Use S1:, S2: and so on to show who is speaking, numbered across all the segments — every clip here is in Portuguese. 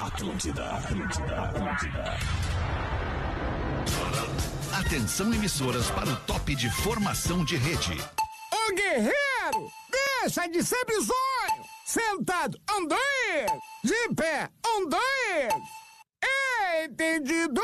S1: Atlântida, Atlântida, Atlântida.
S2: Atenção emissoras para o top de formação de rede.
S3: Ô guerreiro, deixa de ser bizonho! Sentado, andoi! De pé, andoi! Entendido!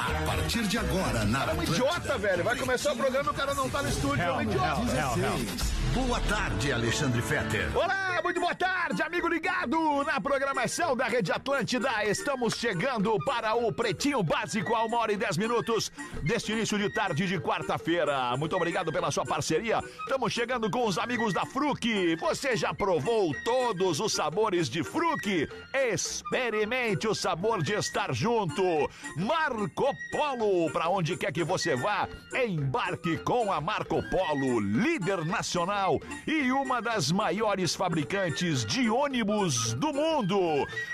S2: A partir de agora na
S4: É um
S2: Atlântida.
S4: idiota, velho. Vai começar o programa e o cara não tá no estúdio. É um idiota.
S2: Boa tarde, Alexandre Fetter.
S4: Olá, muito boa tarde, amigo ligado na programação da Rede Atlântida. Estamos chegando para o Pretinho Básico a uma hora e dez minutos deste início de tarde de quarta-feira. Muito obrigado pela sua parceria. Estamos chegando com os amigos da Fruc. Você já provou todos os sabores de Fruc? Experimente o sabor de estar junto. Marco Polo, para onde quer que você vá, embarque com a Marco Polo, líder nacional e uma das maiores fabricantes de ônibus do mundo,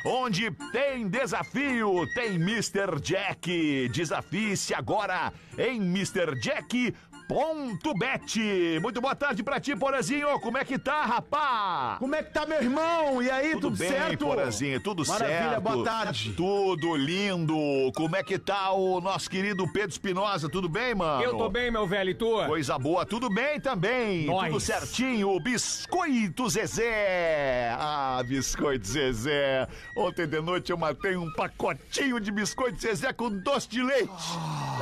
S4: onde tem desafio, tem Mr. Jack. Desafie-se agora em Mr. Jack. Ponto Bet. Muito boa tarde pra ti, Porazinho. Como é que tá, rapá?
S5: Como é que tá, meu irmão? E aí,
S4: Tudo,
S5: tudo,
S4: bem,
S5: certo?
S4: Porazinho? Tudo
S5: Maravilha,
S4: certo?
S5: boa tarde.
S4: Tudo lindo. Como é que tá o nosso querido Pedro Espinosa? Tudo bem, mano?
S6: Eu tô bem, meu velho, e tu?
S4: Coisa boa, tudo bem também.
S6: Nós.
S4: Tudo certinho. Biscoito Zezé. Ah, Biscoito Zezé. Ontem de noite eu matei um pacotinho de Biscoito Zezé com doce de leite.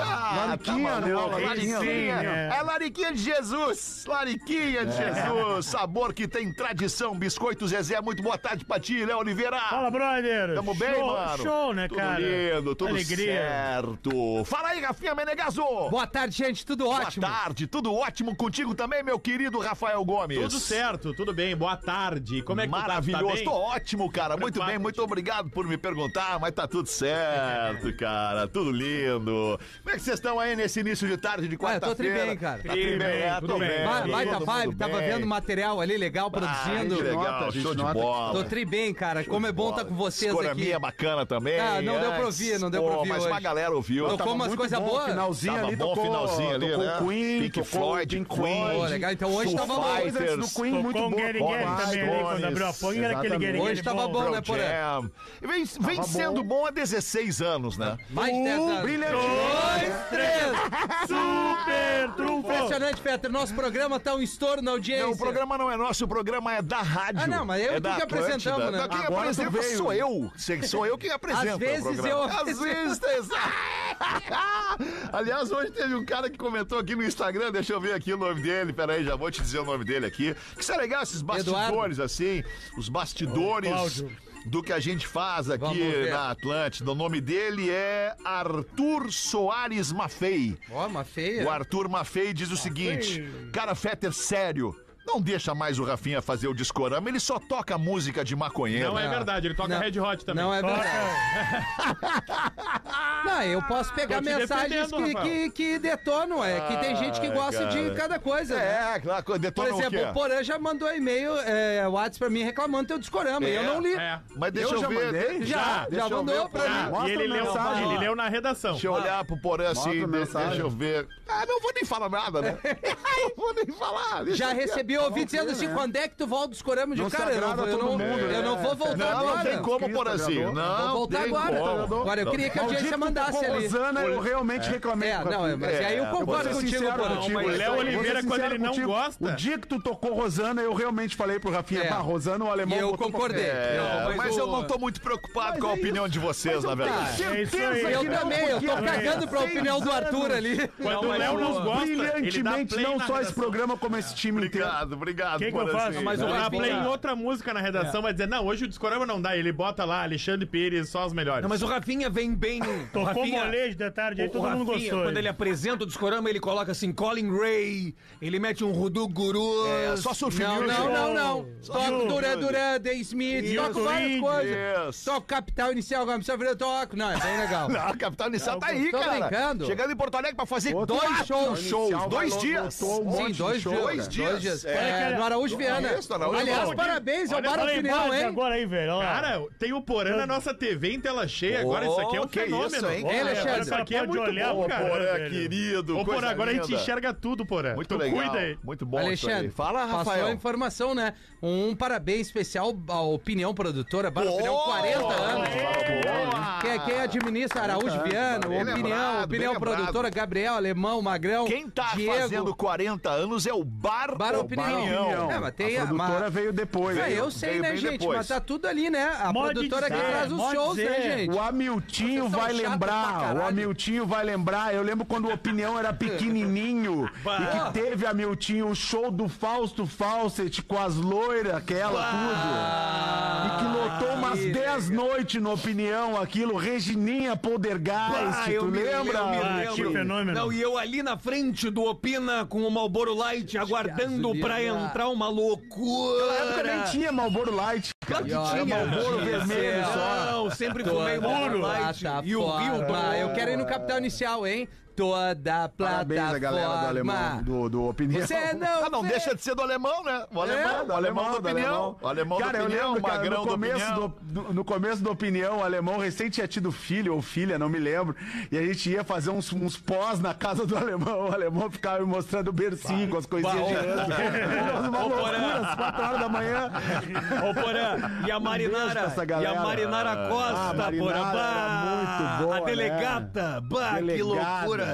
S4: Ah,
S5: lariquinha,
S4: maluco.
S5: né?
S4: Lariquinha.
S5: Lariquinha,
S4: É. lariquinha de Jesus. Lariquinha de Jesus. Sabor que tem tradição. Biscoito Zezé, muito boa tarde pra ti, Léo Oliveira.
S7: Fala, brother!
S4: Tamo bem,
S7: show,
S4: mano?
S7: Show, né,
S4: tudo
S7: cara?
S4: lindo, tudo
S7: Alegria.
S4: certo. Fala aí, Rafinha Menegaso.
S6: Boa tarde, gente, tudo ótimo.
S4: Boa tarde, tudo ótimo contigo também, meu querido Rafael Gomes.
S8: Tudo certo, tudo bem, boa tarde. Como é que tu tá? Tu tá
S4: Maravilhoso,
S8: bem?
S4: tô ótimo, cara. Muito
S8: Prepara-te.
S4: bem, muito obrigado por me perguntar, mas tá tudo certo, cara. Tudo lindo. Como é que vocês estão aí nesse início de tarde de
S6: Ah, eu tô
S4: quarta-feira?
S6: tri bem, cara.
S4: Tá tri
S8: Tri
S4: bem,
S8: bem,
S4: é,
S8: tudo
S4: tô
S8: bem.
S4: bem.
S6: Vai, vai da
S4: Todo
S6: vibe,
S4: mundo
S6: tava
S4: bem.
S6: vendo material ali legal
S4: Ah, que
S6: produzindo.
S4: legal,
S5: Nota, a gente
S4: show de
S5: nota que
S4: bola.
S6: Tô tri bem, cara. Como é bom
S4: Bola.
S6: estar com vocês
S4: Escolha
S6: aqui.
S4: minha bacana também.
S6: Ah, não deu pra
S4: antes.
S6: ouvir, não deu pra
S4: Pô,
S6: ouvir
S4: Mas uma
S6: hoje.
S4: galera ouviu.
S6: Tocou
S4: Tava
S6: umas
S4: muito
S6: coisas
S4: bom.
S6: boas?
S5: Finalzinho
S4: Tava
S5: ali,
S4: bom
S5: tocou,
S4: finalzinho ali,
S5: tocou
S4: né?
S5: o Queen,
S4: Pink
S5: tocou
S4: Floyd,
S5: Pink
S4: Queen.
S6: Pô, legal. Então hoje
S4: Sul
S6: tava bom.
S4: Fighters.
S5: Coisa antes do Queen, muito
S7: Tocou um
S5: bom.
S7: Gary
S4: Boris,
S7: também ali,
S4: Boris.
S7: quando abriu a ponga, era aquele Gary
S5: Exatamente.
S6: Hoje tava bom, né,
S4: Pearl
S6: Porã?
S4: Jam. Vem, vem
S5: Tava
S4: sendo
S5: bom.
S4: bom há 16 anos, né?
S6: Mais de 10 anos. Dois, três.
S7: Super trunfo!
S6: Impressionante, Petra. Nosso programa tá um estouro na audiência.
S4: Não, o programa não é nosso, o programa é da rádio.
S6: Ah, não, mas eu
S4: é
S6: e tu
S4: da
S6: que apresentamos, né?
S4: Não, Quem
S5: Agora tu
S4: apresenta
S5: veio.
S4: sou eu. Sei que Sou eu quem apresenta.
S6: Às vezes
S4: o programa.
S6: eu
S4: Às vezes, exato. Aliás, hoje teve um cara que comentou aqui no Instagram, deixa eu ver aqui o nome dele, peraí, já vou te dizer o nome dele aqui. Que isso é legal, esses bastidores, assim, os bastidores.
S7: Cláudio.
S4: Do que a gente faz
S6: Vamos
S4: aqui
S6: ver.
S4: na Atlântida. O nome dele é Arthur Soares Mafei.
S6: Ó, uma feia.
S4: O Arthur Maffei diz o seguinte: Cara, Fetter, sério. Não deixa mais o Rafinha fazer o discorama, ele só toca música de maconheiro.
S8: Não é
S6: Não.
S8: verdade, ele toca
S6: Não.
S8: Red Hot também.
S6: Não é verdade.
S7: Toca.
S6: Não, eu posso pegar
S8: te
S6: mensagens que,
S8: defendendo, Rafael.
S6: que, que detonam, é. Que tem gente que
S4: Ai,
S6: gosta de
S4: cara.
S6: cada coisa, né?
S4: É, claro, co-
S6: Por
S4: detona o
S6: exemplo,
S4: quê?
S6: o Porã já mandou e-mail, é, WhatsApp pra mim reclamando teu discorama. e eu não li.
S8: É.
S4: Mas deixa
S5: Eu
S4: eu,
S5: já
S4: ver.
S5: mandei?
S4: deixa-
S6: Já,
S4: deixa
S6: já
S4: eu ver
S6: mandou
S4: o
S6: pra
S4: Porã.
S8: Ah,
S5: Mostra
S8: e ele
S5: a
S8: leu,
S5: mensagem.
S8: ele leu na redação.
S4: Deixa eu olhar pro Porã
S5: Mostra
S4: assim,
S5: a
S4: de-
S5: mensagem.
S4: deixa eu ver. Ah, não vou nem falar nada, né? não vou nem falar. deixa
S6: Já
S4: eu ver.
S6: recebi ouvinte dizendo
S5: ver,
S6: assim,
S5: né?
S6: quando é que tu volta os coramas de
S5: Não se
S6: cara? Eu não, vou-
S5: agrada
S6: eu,
S5: todo
S6: não,
S5: mundo,
S6: eu
S5: né?
S6: não vou voltar
S4: Não,
S6: agora.
S4: não tem como,
S5: Cristo,
S4: Porazinho.
S5: agrador.
S4: Não,
S6: Vou voltar
S4: tem
S6: agora.
S4: como.
S6: Agora, eu queria que a audiência mandasse ali.
S5: Rosana, eu realmente reclamei.
S6: É,
S5: do
S6: não,
S5: Rafinha.
S6: é, mas aí eu
S4: É,
S6: concordo
S4: vou
S5: assim, Vou ser
S6: contigo,
S5: sincero
S6: Porã.
S5: contigo,
S8: Não, mas
S5: eu
S8: Léo
S5: vou ser
S8: Oliveira,
S5: sincero
S8: quando ele não
S5: contigo.
S8: gosta-
S5: O dia que tu tocou Rosana, eu realmente falei pro Rafinha,
S6: É.
S5: "Bah, Rosana, o
S6: E
S5: alemão.
S6: eu
S5: botou pra
S6: concordei.
S5: frente."
S4: É,
S6: Não,
S4: mas, eu
S6: o-
S4: não tô muito preocupado
S5: Mas
S4: com a
S5: é
S4: opinião de vocês, na verdade.
S7: É isso
S5: Certeza
S7: aí.
S5: que
S6: Eu
S5: não,
S6: também, eu tô
S5: porque-
S6: cagando pra opinião do Arthur ali.
S8: Quando
S7: Não,
S8: o
S7: mas
S8: Léo
S7: o-
S8: não gosta, ele dá
S5: Brilhantemente,
S8: play
S5: não
S8: na
S5: só esse
S8: redação.
S5: programa, como esse time inteiro.
S4: Obrigado, obrigado, assim.
S7: Que que eu
S4: Porazinho.
S7: faço?
S8: Mas
S7: assim, Não, mas
S8: o Léo play
S7: vem É.
S8: em
S7: cá.
S8: outra música na redação, vai dizer, não, hoje o Discorama não dá, ele bota lá Alexandre Pires, só os melhores.
S9: Não, mas o Rafinha vem bem.
S7: Tocou
S9: Rafinha-
S7: molejo de tarde, aí
S9: o
S7: todo mundo
S9: Rafinha,
S7: gostou.
S9: Quando ele é apresenta o discorama, ele coloca assim Colin Ray, ele mete um Rudu Guru.
S4: É, só surfing
S6: Não,
S4: music.
S6: não, não, não. Toco Duran Duran, The Smith,
S7: Isso.
S6: toco várias
S7: Isso.
S6: coisas. Toco Capital Inicial, Gomes Saveiro, toco. Não, é bem legal.
S4: Não, a capital Nissan tá aí,
S6: tô
S4: cara.
S6: brincando.
S4: Chegando em Porto Alegre pra fazer
S6: Dois
S4: quatro
S6: shows.
S5: Inicial,
S4: dois
S5: vai,
S4: dias.
S5: lotou um monte
S6: Sim,
S5: de
S6: dois
S5: show,
S6: dias.
S4: Dois dias.
S6: Dois dias.
S4: É,
S6: É,
S7: cara.
S6: no Araújo Viana.
S4: isso, Araújo
S6: Aliás,
S4: Viana.
S6: parabéns é ao
S7: Olha,
S6: Bar
S7: olha a
S6: Opinião,
S7: imagem
S6: hein?
S7: agora aí, velho. olha lá.
S8: Cara, tem o Porã na nossa TV em tela cheia agora, isso aqui é
S4: Oh,
S8: um
S4: que
S8: fenômeno.
S4: isso,
S10: hein?
S6: Hein, Alexandre?
S8: Isso aqui é muito bom,
S4: Ô, Porã,
S8: cara.
S4: querido.
S8: Ô,
S4: coisa
S8: Porã, agora a gente
S4: linda.
S8: enxerga tudo, Porã.
S4: Muito
S8: Tu
S4: legal.
S8: Cuida aí.
S4: Muito bom isso aí.
S6: Alexandre,
S4: Fala,
S6: passou a
S4: Rafael.
S6: informação, né? Um parabéns especial à Opinião Produtora, Barra Opinião,
S4: Boa!
S6: 40 anos.
S4: Boa!
S6: Quem, é? quem administra Araújo Viana,
S4: bem
S6: Opinião,
S4: lembrado,
S6: Opinião
S4: bem
S6: Produtora,
S4: lembrado.
S6: Gabriel, Alemão, Magrão,
S4: Quem tá
S6: Diego,
S4: fazendo 40 anos é o Bar,
S6: Bar
S4: o
S6: Opinião.
S5: Opinião.
S6: É, mas tem
S5: a
S6: a-
S5: produtora
S6: mas-
S5: veio depois.
S6: É, eu sei,
S4: veio
S6: né,
S4: bem
S6: gente?
S4: depois.
S6: Mas tá tudo ali, né? A
S11: Pode
S6: produtora que
S11: dizer,
S6: traz os
S11: pode
S6: shows, né,
S11: dizer.
S6: gente?
S5: O Amiltinho
S6: Vocês são
S5: vai
S6: chatos pra
S5: lembrar,
S6: caralho.
S5: o Amiltinho vai lembrar. Eu lembro quando o Opinião era pequenininho e que teve Amiltinho o show do Fausto Fawcett com as loiras, aquela, tudo. E que lotou umas 10 noites no Opinião, aquilo, Regininha Poltergeist,
S10: Ah, eu
S5: tu
S10: me
S5: lembra?
S10: lembro, eu me
S11: Ah, que
S10: lembro.
S11: fenômeno.
S10: Não, e eu ali na frente do Opina com o Malboro Light aguardando pra entrar uma
S5: Eu nem
S10: loucura.
S5: tinha Malboro Light.
S10: Claro que
S6: Olha,
S10: Malboro
S6: vermelho só.
S10: Não, sempre fumei o Marlboro Light e o Rio
S6: plataforma. Ah, Eu quero ir no Capital Inicial, hein? Toda
S5: Parabéns
S6: plataforma.
S5: a galera do alemão, do, do Opinião.
S6: tá Você é, não,
S4: Ah, não
S6: vê.
S4: deixa de ser do alemão, né? O
S5: É,
S4: alemão, o alemão da
S5: do
S4: opinião. O alemão da
S5: cara, eu
S4: opinião, o
S5: lembro, cara,
S4: magrão
S5: no
S4: da
S5: começo
S4: opinião.
S5: do, do- no começo da opinião, o alemão recente tinha tido filho ou filha, não me lembro. E a gente ia fazer uns, uns pós na casa do alemão. O alemão ficava me mostrando o bercinho com as coisinhas de anjo. Uma loucura, às quatro horas da manhã.
S10: Ô, Porã, e a
S5: pra
S10: Marinara,
S5: essa
S10: e
S5: galera.
S10: a Marinara
S5: Ah, a
S10: Costa,
S5: Marinara
S10: Porã,
S5: era
S10: bah,
S5: muito boa,
S10: né? a delegata, bah, que
S5: Delegada.
S10: loucura.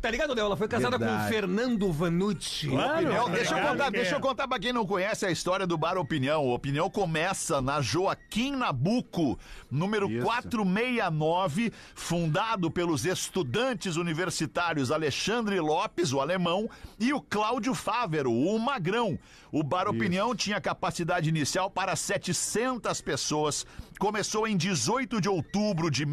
S10: Tá ligado, Léo? Ela foi casada com o
S5: Verdade.
S10: Fernando Vanucci.
S4: Opinião,
S11: Claro,
S4: deixa, eu
S11: obrigado,
S4: contar,
S11: Guerra.
S4: deixa eu contar pra quem não conhece a história do Bar Opinião. O Opinião começa na Joaquim Nabuco, número 469, fundado pelos estudantes universitários Alexandre Lopes, o alemão, e o Cláudio Fávero, o magrão. O Bar Opinião tinha capacidade inicial para 700 pessoas. Começou em 18 de outubro de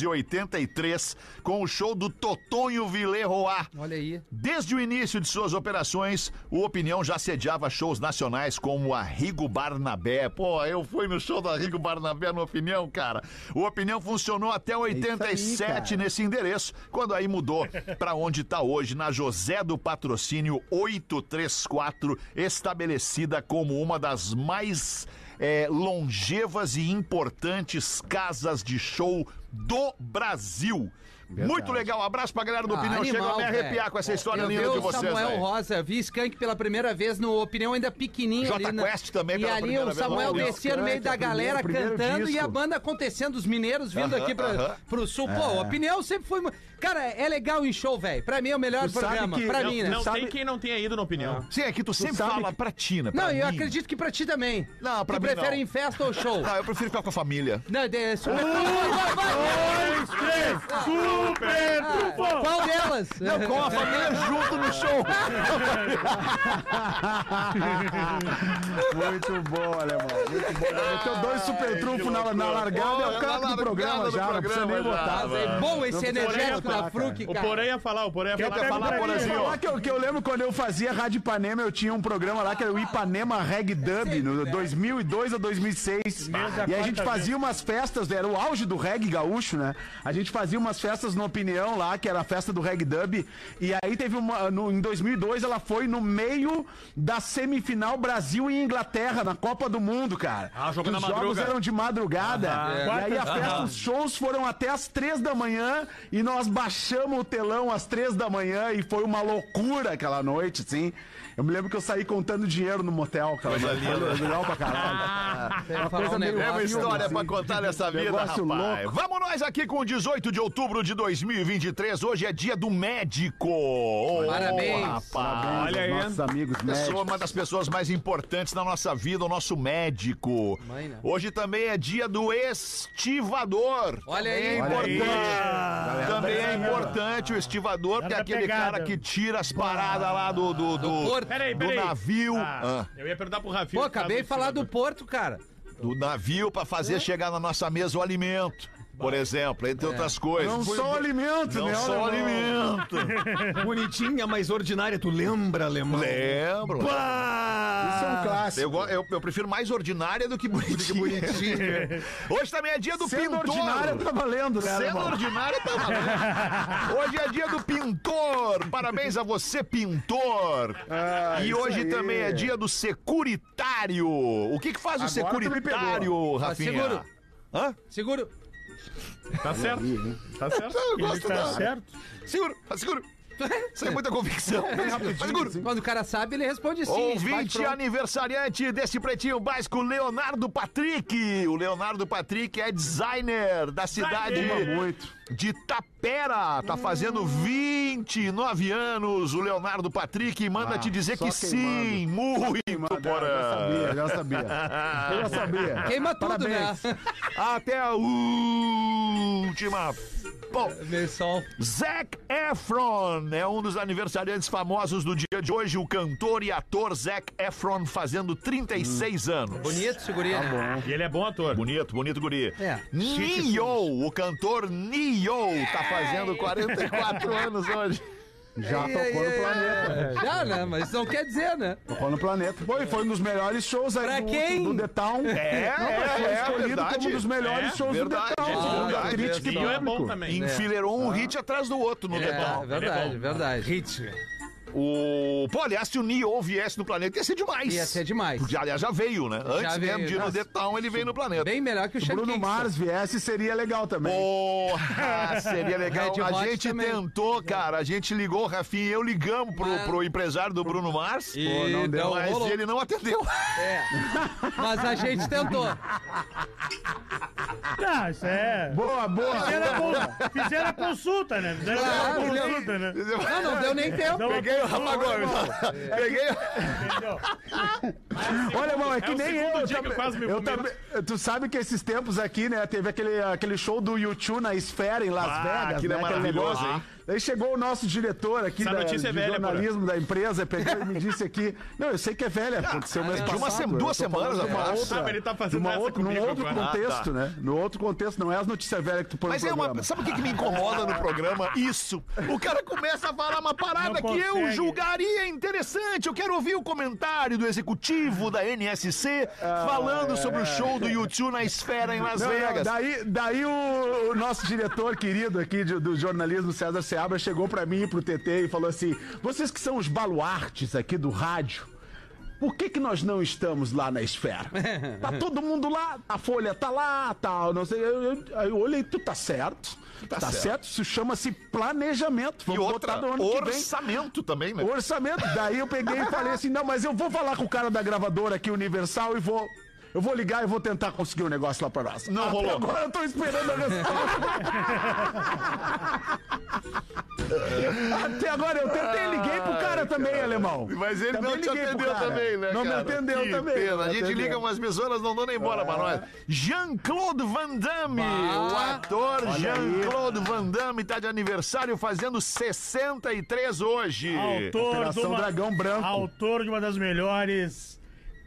S4: 1983 com o show do Totonho Villeroy.
S6: Olha aí.
S4: Desde o início de suas operações, o Opinião já sediava shows nacionais como a Rigo Barnabé. Pô, eu fui no show da Rigo Barnabé no Opinião, cara. O Opinião funcionou
S6: É
S4: até 87 nesse endereço, quando aí mudou para onde está hoje, na José do Patrocínio 834, estabelecida como uma das mais eh, longevas e importantes casas de show do Brasil. Muito legal, abraço pra galera do
S6: Ah,
S4: Opinião. Chega a me
S6: animal,
S4: arrepiar
S6: velho.
S4: com essa história
S6: Eu vi
S4: linda de
S6: o
S4: vocês.
S6: É, Samuel
S4: velho.
S6: Rosa, vi Skank pela primeira vez no Opinião, ainda pequenininho.
S4: Jota
S6: ali na-
S4: Quest também
S6: E
S4: pela
S6: ali
S4: primeira
S6: o
S4: vez no
S6: Samuel
S4: Opinião.
S6: descia no meio da
S5: Skank, o
S6: galera
S5: primeiro- primeiro
S6: cantando e
S5: disco.
S6: a banda acontecendo, os mineiros vindo
S4: Aham,
S6: aqui pra,
S4: aham.
S6: pro sul. Pô, o Opinião sempre foi... mu- Cara, é legal em show, velho. Pra mim é o melhor
S5: Tu sabe
S6: programa.
S5: que-
S6: Pra
S5: não,
S6: mim, né?
S8: Não é
S5: Sabe-
S8: tem quem não tenha ido na opinião.
S4: Sim, é que tu sempre
S5: sabe
S4: fala
S5: que-
S4: pra Tina.
S6: Não,
S4: pra
S6: eu
S4: mim.
S6: acredito que pra ti também.
S4: Não, pra
S6: tu
S4: mim
S6: prefere
S4: não.
S6: em festa ou show?
S4: Não, eu prefiro ficar com a família.
S6: não, é super... vai, vai, vai!
S11: Super trufo!
S6: Qual delas?
S4: Não, com a família junto no show.
S5: Muito bom, alemão. Muito
S4: Ah,
S5: bom. Meteu dois
S4: é,
S5: super trunfos na, na largada, é
S4: Pô,
S5: o
S4: na
S5: cara do
S4: largada
S5: programa
S4: do
S5: já, não precisa nem
S4: programa já,
S5: votar.
S4: velho.
S6: É bom esse
S5: Não, porém
S6: energético
S5: é
S6: da
S5: fraca.
S6: Fruc,
S8: O
S6: cara.
S8: Porã ia falar, o Porã ia
S11: Quer
S8: falar.
S11: até
S4: falar,
S11: falar por
S5: Eu ia
S4: Porazinho?
S5: falar que eu, que eu lembro quando eu fazia Rádio Ipanema, eu tinha um programa lá que era o Ipanema Reg Dub, no 2002 a 2006.
S11: Mesa
S5: E a gente
S11: é quarta
S5: fazia umas festas, né, era o auge do reggae gaúcho, né? A gente fazia umas festas no Opinião lá, que era a festa do Reg Dub. E aí teve uma. no- em 2002 ela foi no meio da semifinal Brasil e Inglaterra, na Copa do Mundo, cara.
S10: Ah, jogo
S5: Que
S10: na
S5: os jogos
S10: madruga.
S5: eram de madrugada. E aí a festa, os shows foram até as três da manhã e nós baixamos o telão às três da manhã e foi uma loucura aquela noite, assim. Eu me lembro que eu saí contando dinheiro no motel, cara. Coisa linda. Legal pra caralho.
S6: Eu ia falar
S5: coisa
S6: um
S5: meio-
S4: É
S6: negócio.
S4: uma história pra contar nessa vida,
S5: Negócio
S4: rapaz.
S5: louco.
S4: Vamos nós aqui com o 18 de outubro de 2023. Hoje é dia do médico. Ô,
S6: Parabéns.
S4: Rapaz.
S5: Olha aí. Nossos amigos
S4: Pessoa,
S5: médicos.
S4: uma das pessoas mais importantes na nossa vida, o nosso médico.
S6: Mãe, né?
S4: Hoje também é dia do estivador.
S6: Olha
S4: Também
S6: aí.
S4: é
S6: Olha
S4: importante. Também é importante o estivador, que é
S11: Galera
S4: aquele
S11: pegada.
S4: cara que tira as paradas lá do, do, do,
S6: Do porto.
S8: Peraí,
S4: do
S8: peraí.
S4: navio.
S8: Ah,
S4: Ah,
S8: Eu ia perguntar pro Tá Rafinha.
S6: Pô,
S8: se tava
S6: acabei
S8: no
S6: de falar do
S8: estimador.
S6: Porto, cara.
S4: do navio para fazer
S10: É.
S4: chegar na nossa mesa o alimento. Por exemplo, entre outras coisas.
S5: Não só alimento,
S4: Não
S5: né?
S4: só
S5: alemão?
S4: alimento.
S10: Bonitinha, mas ordinária. Tu lembra, alemão?
S4: Lembro.
S5: Isso é um clássico.
S4: Eu, go- eu- eu prefiro mais ordinária do que bonitinha. Hoje também é dia do
S5: Sendo
S4: pintor.
S5: ordinária, tá valendo, né,
S4: Sendo
S5: alemão?
S4: ordinário, tá valendo. Hoje é dia do pintor. Parabéns a você, pintor.
S5: Ah,
S4: e
S5: isso
S4: hoje
S5: aí.
S4: também é dia do securitário. O que, que faz o
S5: Agora tu me
S4: securitário,
S6: Faz
S4: Rafinha?
S6: Tá seguro.
S4: Hã?
S6: Seguro.
S12: Tá certo. Tá certo.
S4: Eu
S8: Ele
S4: gosto
S8: tá
S4: da-
S8: certo.
S4: Seguro, faz seguro. Sem muita convicção. Faz seguro.
S6: Quando o cara sabe, ele responde sim. bate
S4: Ouvinte
S6: pronto.
S4: aniversariante desse pretinho básico, Leonardo Patrick. O Leonardo Patrick é designer da cidade
S5: Muito.
S4: de Tapera. Tá fazendo 29 anos. O Leonardo Patrick manda te dizer
S5: só
S4: que sim, muito
S5: Já sabia,
S4: porã.
S5: já sabia. Eu já sabia.
S6: Queima tudo,
S5: Parabéns.
S6: né?
S4: Até a última. Bom,
S6: Meu sol.
S4: Zac Efron é um dos aniversariantes famosos do dia de hoje, o cantor e ator Zac Efron fazendo 36 anos.
S6: Bonito, segurinha. né?
S12: E ele é bom ator.
S4: Bonito, bonito, guri.
S6: É.
S4: Nio, o cantor Nio, tá fazendo 44 anos hoje.
S5: Já tocou no planeta.
S6: Já, né? Mas isso não quer dizer, né?
S5: Tocou no planeta. Foi, foi um dos melhores shows aí
S6: Pra
S5: do,
S6: quem?
S5: do The Town.
S4: É,
S5: mas
S4: é,
S5: foi
S4: é,
S5: escolhido
S4: verdade.
S5: como um dos melhores
S12: É,
S5: shows
S4: verdade,
S5: do The Town. segundo a
S4: verdade.
S5: crítica e
S12: Zinho é bom
S5: público.
S12: também.
S4: Enfileirou um hit atrás do outro no
S6: É,
S4: Leblon.
S6: verdade,
S12: ele é bom.
S6: verdade.
S4: O... Pô, aliás, se o Nio viesse no planeta, ia ser demais.
S6: Ia ser demais.
S4: Porque, aliás, já veio, né? Antes
S6: veio,
S4: mesmo de ir no The
S6: nossa.
S4: Town, ele veio no planeta.
S6: Bem melhor que o Sean
S5: Bruno
S6: Kingston.
S5: Mars viesse seria legal também.
S4: Porra, seria legal.
S6: Red
S4: a
S6: Hot
S4: gente
S6: também.
S4: tentou, cara. A gente ligou, Rafinha e eu ligamos pro,
S6: Mas-
S4: pro empresário do Bruno Mars,
S6: E
S5: Pô, não deu,
S6: não
S4: mas
S6: rolou.
S4: ele não atendeu.
S6: É. Mas a gente tentou.
S8: Tá, isso é.
S5: Boa, boa.
S8: Fizeram a, cons- fizeram a consulta, né? Fizeram
S6: Claro,
S8: a
S6: fizeram-
S8: consulta, né?
S6: Não, não deu nem tempo.
S8: Não,
S4: Peguei o Rafa Gomes.
S5: É
S4: Peguei.
S8: entendeu?
S5: Olha, irmão, é que
S12: É o
S5: nem
S12: segundo
S5: eu.
S12: dia
S5: Eu,
S12: que eu
S5: também-
S12: quase me
S5: eu
S12: fumei.
S5: também- tu sabe que esses tempos aqui, né? Teve aquele, aquele show do YouTube na Esfera, em Las
S4: Ah,
S5: Vegas.
S4: aquilo
S5: né,
S4: é
S5: aquele
S4: maravilhoso,
S5: negócio.
S4: hein?
S5: Daí chegou o nosso diretor aqui
S12: Essa
S5: da,
S12: notícia é
S5: de
S12: velha,
S5: jornalismo da empresa, pegou e me disse aqui. Não, eu sei que é velha,
S4: Ah,
S5: aconteceu mês
S6: de
S5: passado.
S6: uma
S4: sem-
S5: eu
S4: duas
S5: tô falando
S4: semanas
S5: de uma
S4: atrás.
S5: outra-
S12: Ah, mas ele tá
S5: de
S12: fazendo
S5: uma
S12: essa
S5: outra, num
S12: comigo
S5: outro
S12: agora.
S5: contexto,
S4: Ah, tá.
S5: né? No outro contexto, não é as notícias velhas que tu põe
S4: Mas
S5: no
S4: é
S5: um programa.
S4: uma. Sabe o que, que me incomoda no programa? Isso. O cara começa a falar uma
S8: Não
S4: parada que eu
S8: consegue.
S4: julgaria interessante. Eu quero ouvir o comentário do executivo da NSC falando sobre o show do YouTube na esfera em Las
S5: Ah, é. Não, não,
S4: Vegas.
S5: daí daí o, o nosso diretor querido aqui de- do jornalismo, César Seabra, chegou pra mim e pro TT e falou assim: vocês que são os baluartes aqui do rádio. Por que, que nós não estamos lá na esfera? Tá todo mundo lá, a Folha tá lá, tal, não sei. Eu, eu, aí eu olhei, tu tá certo. Tá, certo. isso chama-se planejamento.
S4: E
S5: Vamos
S4: outra,
S5: botar do ano que vem.
S4: orçamento também, né?
S5: Orçamento. Daí eu peguei e falei assim: não, mas eu vou falar com o cara da gravadora aqui, Universal, e vou. Eu vou ligar e vou tentar conseguir um negócio lá pra nós.
S4: Não
S5: Até
S4: rolou.
S5: Agora eu tô esperando a resposta. Até agora eu tentei, liguei pro cara também, alemão.
S4: Mas ele
S5: Também
S4: não te
S5: liguei pro
S4: atendeu
S5: cara.
S4: também, né?
S5: Não me
S4: cara?
S5: atendeu
S4: que
S5: também.
S4: Pena.
S5: não me
S4: A gente
S5: atendeu. Ah.
S4: liga umas pessoas, não dando embora pra nós. Jean-Claude Van Damme. o ator Jean-Claude Van Damme tá de aniversário fazendo 63 hoje.
S8: Autor de
S5: Operação
S8: uma,
S5: Dragão Branco.
S8: autor de uma das melhores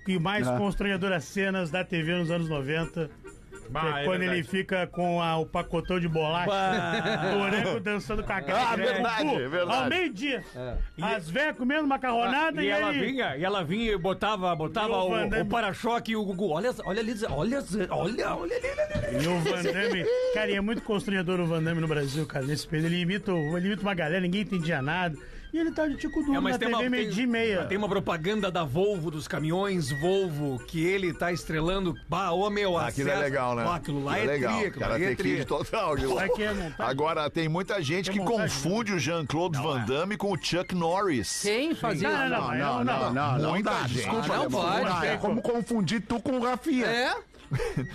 S8: e mais
S4: Ah.
S8: constrangedoras cenas da TV nos anos 90. que
S12: Bah,
S8: é
S12: é
S8: quando
S12: verdade.
S8: ele fica com a- o pacotão de bolacha, o orango dançando com a cara.
S4: Ah,
S8: de velho.
S4: verdade,
S8: Cu,
S4: verdade. É.
S8: Ao meio-dia. As velhas comendo macarronada
S13: Ah, E
S8: e,
S13: ela
S8: ele.
S13: vinha, e ela vinha e botava,
S8: E
S13: botava
S8: o Van
S13: o,
S8: Damme-
S13: o para-choque e o Gugu. Olha, olha ali, olha, olha, olha ali, olha ali.
S8: E o Van Damme, cara, e é muito constrangedor o Van Damme no Brasil, cara, nesse período. Ele imita, o- ele imita uma galera, ninguém entendia nada. E ele tá de tico duro
S13: É, mas
S8: na
S13: tem
S8: TV
S13: uma, tem,
S8: meio-dia e meia.
S13: tem uma propaganda da Volvo, dos caminhões Volvo, que ele tá estrelando. Bah, ô meu,
S4: Ah, Aquilo é
S13: acesso-
S4: legal, né?
S13: Ó, aquilo lá é,
S4: Aquilo
S13: legal.
S4: legal.
S13: tri,
S4: O
S13: aquilo
S4: Cara,
S13: ali
S4: tem
S13: é
S4: que ir de
S13: tri.
S4: total. aquilo lá.
S8: Aqui é montagem.
S4: Agora, tem muita gente
S8: É
S4: que
S8: montagem.
S4: confunde o Jean-Claude Van Damme com o Chuck Norris.
S6: Quem fazia
S8: Não, não, não, não, não.
S5: Não, não
S4: Muita
S5: dá,
S4: gente.
S5: desculpa.
S6: Ah, não
S5: alemão,
S6: pode,
S5: dá. É
S8: tem
S5: como confundir tu com o Rafinha.
S6: É?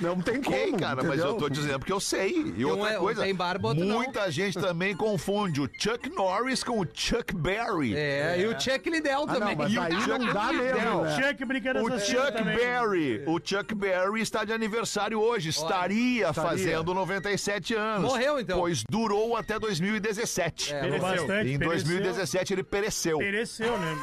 S5: Não tem como.
S4: Ok, cara, mas eu tô
S5: entendeu?
S4: dizendo porque eu sei. E outra
S6: é- um
S4: coisa,
S6: tem barba, outro não.
S4: muita gente também confunde o Chuck Norris com o Chuck Berry.
S6: É, e o Chuck Liddell
S5: Ah, não,
S6: também.
S5: mas
S4: E o é um
S5: aí não
S4: Chuck
S5: dá mesmo,
S4: Liddell.
S5: né?
S8: Chuck brincando
S4: O Chuck Berry, o Chuck Berry está de aniversário hoje, estaria, fazendo 97 anos.
S6: Morreu, então.
S4: Pois durou até 2017.
S6: É,
S8: Bastante,
S4: Em 2017 ele pereceu.
S8: Pereceu, né?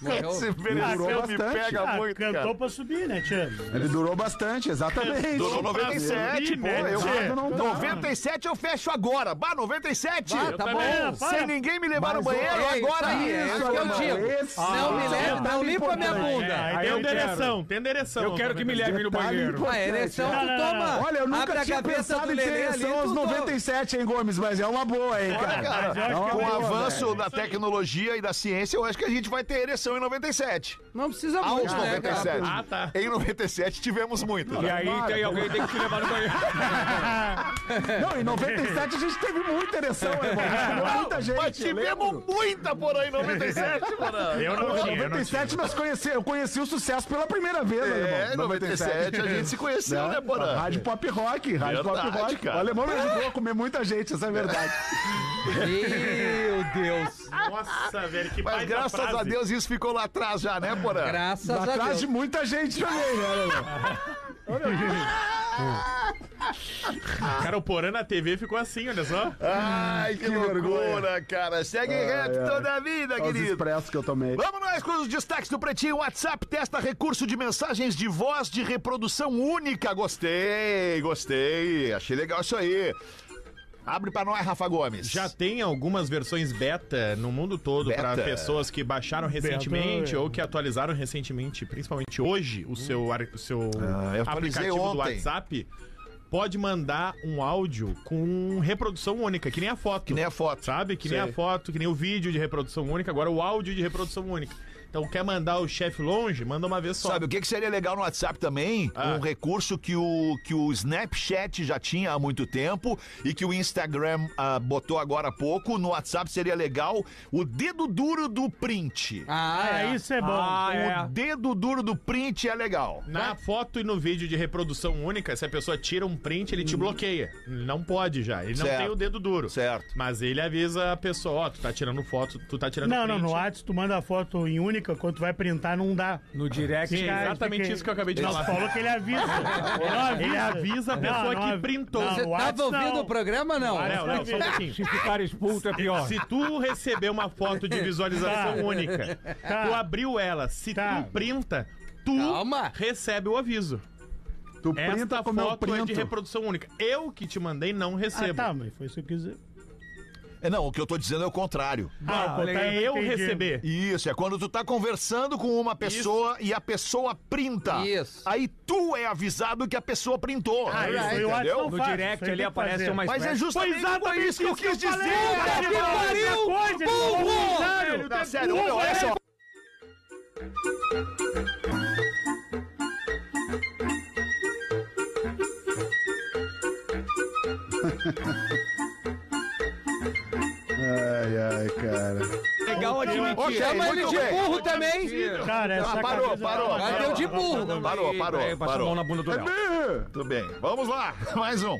S6: morreu.
S4: Esse pereceu
S8: Durou
S4: me
S5: bastante.
S4: pega
S8: Ah,
S4: muito,
S8: cantou
S4: cara.
S8: pra subir, né, Tchê?
S5: Ele durou bastante, exatamente.
S4: Durou 97, pô.
S8: né,
S4: eu-
S8: Tchê?
S5: Não dá.
S4: 97 eu fecho agora. Bah, 97!
S6: Ah, tá bom.
S8: também, rapaz.
S4: Sem ninguém me levar no
S5: Mas,
S4: banheiro
S6: É, isso
S4: agora.
S6: aí, é isso que eu
S5: alemão,
S6: digo.
S5: esse tá
S6: Não me
S5: detalhe
S6: leva, não limpa minha
S5: importante.
S6: bunda.
S8: É, aí
S12: Tem
S8: deu um
S12: direção, tem direção.
S13: Eu quero que me leve no
S5: Detalhe
S13: banheiro.
S5: importante.
S6: A ereção
S8: Não,
S6: tu
S8: não, não,
S6: toma.
S8: não.
S5: Tá Olha, eu
S6: Abre
S5: nunca
S6: a
S5: tinha
S6: gaveta
S5: pensado
S6: do
S5: em ter
S6: Lelê ali,
S5: ereção aos
S6: tu toma.
S5: 97, hein, Gomes? Mas é uma boa, hein,
S4: Olha,
S5: cara?
S4: cara,
S8: Mas eu acho que é
S4: com o
S8: melhor,
S4: avanço
S8: velho.
S4: da tecnologia e da ciência, eu acho que a gente vai ter eleição em 97.
S14: Não precisa
S4: Aos
S14: muito, né, cara?
S4: 97.
S8: Ah, tá.
S4: Em 97 tivemos muito. né?
S9: E aí tem alguém que tem que te levar no banheiro.
S5: Não, em 97 a gente teve muita ereção, irmão. A gente comeu muita gente.
S4: Mas
S5: eu lembro.
S4: tivemos muita, porém, em
S6: É,
S4: 97,
S6: tipo,
S4: porra.
S8: Eu não
S5: Em
S8: tinha, eu não tinha.
S5: 97 nós conhecemos, eu conheci o sucesso pela primeira vez, né,
S4: É,
S5: irmão?
S4: em 97 a gente se conheceu, né, porra?
S5: Rádio Pop Rock, Rádio
S4: Verdade,
S5: Pop Rock.
S4: cara.
S5: O alemão me ajudou a comer muita gente, essa é a verdade.
S14: Meu Deus.
S8: Nossa, velho, que
S4: Mas
S8: baita
S4: graças
S8: frase.
S4: a Deus isso ficou lá atrás já, né, porra?
S14: Graças a
S5: Atrás
S14: Deus.
S5: de muita gente também, né, alemão?
S8: Cara, o Porã na TV ficou assim, olha só.
S4: Ai, que,
S5: Que
S4: loucura,
S5: vergonha.
S4: cara. Segue reto toda a vida,
S5: Os
S4: querido.
S5: expressos que eu
S6: É
S5: tomei.
S4: Vamos nós com os destaques do Pretinho. WhatsApp testa recurso de mensagens de voz de reprodução única. Gostei, gostei. Achei legal isso aí. Abre pra nós, Rafa Gomes.
S8: Já tem algumas versões beta no mundo todo para
S4: Beta.
S8: pessoas que baixaram recentemente
S15: é.
S8: ou que atualizaram recentemente, principalmente hoje, o seu, ar- o seu
S4: Ah, eu atualizei
S8: aplicativo do
S4: ontem.
S8: WhatsApp. Pode mandar um áudio com reprodução única, que nem a foto.
S4: Que nem a foto.
S8: Sabe? Que nem
S4: Sei.
S8: a foto, que nem o vídeo de reprodução única, agora o áudio de reprodução única. Então, quer mandar o chefe longe? Manda uma vez só.
S4: Sabe o que, que seria legal no WhatsApp também?
S8: Ah.
S4: Um recurso que o, que o Snapchat já tinha há muito tempo e que o Instagram ah, botou agora há pouco. No WhatsApp seria legal o dedo duro do print.
S14: Ah,
S15: Ah,
S14: é.
S15: isso é bom.
S8: Ah, é.
S4: O dedo duro do print é legal.
S8: Na foto e no vídeo de reprodução única, se a pessoa tira um print, ele te bloqueia. Ele Não pode já. Ele não
S4: Certo.
S8: tem o dedo duro.
S4: Certo.
S8: Mas ele avisa a pessoa, ó, tu tá tirando foto, tu tá tirando
S15: Não,
S8: print.
S15: não, no WhatsApp tu manda a foto em única, quando tu vai printar não dá.
S9: No direct.
S8: Sim,
S15: Cara,
S8: É exatamente
S15: é porque-
S8: isso que eu acabei de
S15: Ele
S8: falar.
S15: falou que ele avisa. Ele não avisa.
S8: Ele avisa a pessoa
S15: Não, não
S8: que
S15: avi-
S8: printou.
S15: não,
S8: Você
S15: no
S14: Você
S15: WhatsApp
S14: tava ouvindo
S15: não.
S14: o programa, não?
S8: Não, não, só um pouquinho.
S9: Se ficar expulso é pior.
S8: Se tu receber uma foto de visualização
S15: Tá.
S8: única,
S15: Tá.
S8: tu abriu ela, se
S15: Tá.
S8: tu printa, tu
S14: Calma.
S8: recebe o aviso.
S5: Tu
S8: Esta
S5: printa como eu
S8: foto é de
S5: printo.
S8: reprodução única. Eu que te mandei não
S15: Ah,
S8: recebo.
S15: tá, mas foi isso que eu quis dizer.
S4: É, não, o que eu tô dizendo é o contrário.
S15: Ah, pô, tá,
S8: É eu
S15: entendi.
S8: receber.
S4: Isso, é quando tu tá conversando com uma pessoa e a pessoa printa.
S14: Isso.
S4: Aí tu é avisado que a pessoa printou.
S15: Ah, isso aí o WhatsApp
S4: entendeu?
S15: não
S9: No
S15: faz, isso
S9: direct
S15: aí
S9: ali
S15: tem que
S9: aparece
S15: fazer.
S9: uma
S6: né?
S4: Mas é
S9: espécie-
S4: justamente isso que eu quis dizer,
S15: Puta que
S14: é
S15: pariu, burro! Velho,
S4: Tá sério, olha, olha só.
S5: Ai, ai, cara.
S9: legal admitir.
S4: Ok,
S14: Chama ele
S4: muito
S14: de
S4: bem.
S14: burro também.
S15: Cara, essa
S4: Ah, parou,
S15: cabeça tá
S4: parou,
S15: uma
S4: parou.
S15: merda.
S14: Bateu de burro.
S4: Parou,
S9: Aí,
S4: parou,
S9: aí, passou a
S4: parou.
S9: mão na bunda do Léo.
S4: Tudo bem, vamos lá, mais um.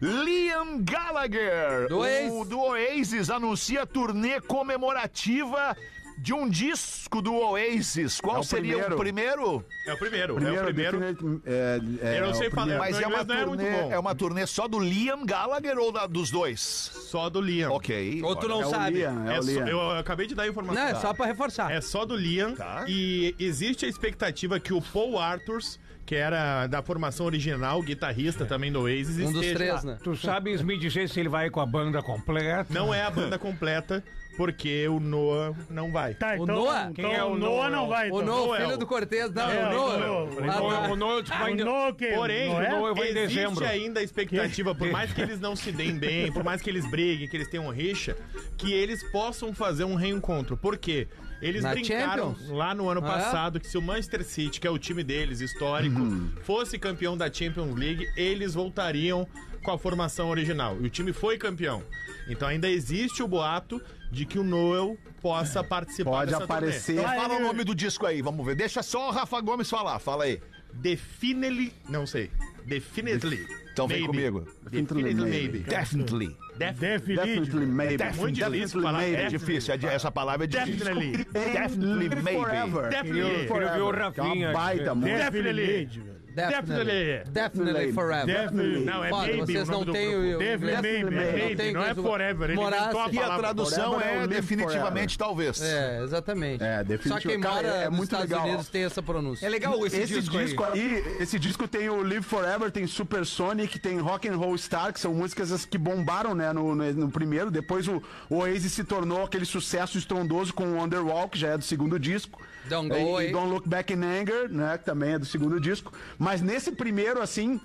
S4: Liam Gallagher,
S14: Do
S4: o
S14: Oasis.
S4: do Oasis, anuncia turnê comemorativa de um disco do Oasis. Qual
S5: É o
S4: seria o
S5: primeiro.
S4: primeiro?
S8: É o primeiro, é
S5: Primeiro,
S8: o primeiro.
S5: defini- é, é,
S8: Eu não
S5: é o
S8: sei falar, mas-
S5: primeiro.
S4: Mas
S8: Meu
S4: é uma,
S8: inglês não é
S4: turnê,
S8: muito bom.
S5: um
S4: é uma turnê só do Liam Gallagher ou da- dos dois?
S8: Só do Liam.
S4: Ok.
S14: Ou tu
S4: olha.
S14: não
S5: É o
S14: sabe.
S5: Liam, é
S8: É
S5: o
S8: só-
S5: Liam.
S8: eu acabei de dar a informação.
S14: Não, é só pra reforçar.
S8: É só do Liam.
S4: Tá.
S8: E existe a expectativa que o Paul Arthurs, que era da formação original, guitarrista também do Oasis,
S14: Um dos
S8: esteja
S14: três,
S8: lá.
S14: né?
S9: É, Tu sabes me dizer se ele vai com a banda completa?
S8: Não é a banda completa, porque o Noah não vai.
S15: Tá, então,
S14: Noah?
S15: então
S9: Quem é o
S15: o
S9: Noah?
S15: Noah não vai.
S14: O
S15: então.
S14: Noah,
S8: Noel.
S14: filho do Cortez. Não,
S15: É,
S14: o
S15: Noel.
S14: Noah.
S9: O
S14: Ah,
S9: Noah-
S14: tá.
S9: o Noah disse que vai
S15: O
S9: em-
S15: Noah que...
S8: Porém,
S15: não é?
S9: o Noah- vai em
S8: existe
S9: dezembro.
S8: ainda a expectativa, por mais que eles não se deem bem, por mais que eles briguem, que eles tenham rixa, que eles possam fazer um reencontro. Por quê? Eles
S14: Na
S8: brincaram
S14: Champions?
S8: lá no ano
S14: Ah, é?
S8: passado que se o Manchester City, que é o time deles, histórico, fosse campeão da Champions League, eles voltariam com a formação original. E o time foi campeão. Então ainda existe o boato de que o Noel possa participar
S5: Pode
S8: dessa
S5: aparecer.
S4: Então
S15: Ah,
S4: fala o
S15: ele-
S4: nome do disco aí, vamos ver. Deixa só o Rafa Gomes falar, fala aí.
S8: turnê. Definitely... Não sei. Definitely.
S4: Então vem comigo.
S8: Definitely maybe.
S4: Definitely.
S15: Definitely.
S5: Definitely maybe.
S8: É muito difícil falar
S4: É
S8: definitely.
S4: difícil, é di- essa palavra é difícil.
S8: Definitely.
S4: Definitely maybe.
S5: Forever.
S8: Definitely.
S9: Queria ver o
S5: Que é uma
S9: Rafinha. né?
S5: baita música.
S15: Definitely.
S8: Definitely.
S14: Definitely.
S8: Definitely.
S14: Definitely forever.
S15: Definitely.
S8: Não, é
S14: Foda,
S8: maybe
S14: vocês
S8: o nome do
S14: não têm
S8: grupo.
S14: o...
S15: Definitely,
S14: inglês.
S15: maybe,
S14: Não
S8: maybe,
S14: tem
S8: não é
S14: inglês.
S8: forever, ele
S14: Morasse.
S8: inventou a
S4: E a
S8: Palavra
S4: tradução
S5: forever é
S4: é
S5: live
S4: definitivamente talvez.
S14: É, exatamente.
S5: É,
S14: Só quem
S5: definitivamente.
S14: mora
S5: Cara, é
S14: nos
S5: muito
S14: Estados
S5: legal.
S14: Unidos tem essa pronúncia.
S9: É legal esse,
S5: Esse disco, aí. esse disco tem o Live Forever, tem Super Sonic, tem Rock and Roll Star, que são músicas as que bombaram, né, no, no- no primeiro. Depois o, o Oasis se tornou aquele sucesso estrondoso com o Underwall, que já é do segundo disco.
S14: Don't Go
S5: E- e
S14: Away.
S5: Don't Look Back in Anger, né, que também é do segundo disco. Mas nesse primeiro, assim...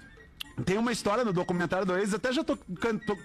S5: Tem uma história no documentário do Ex, até já tô. can- tô-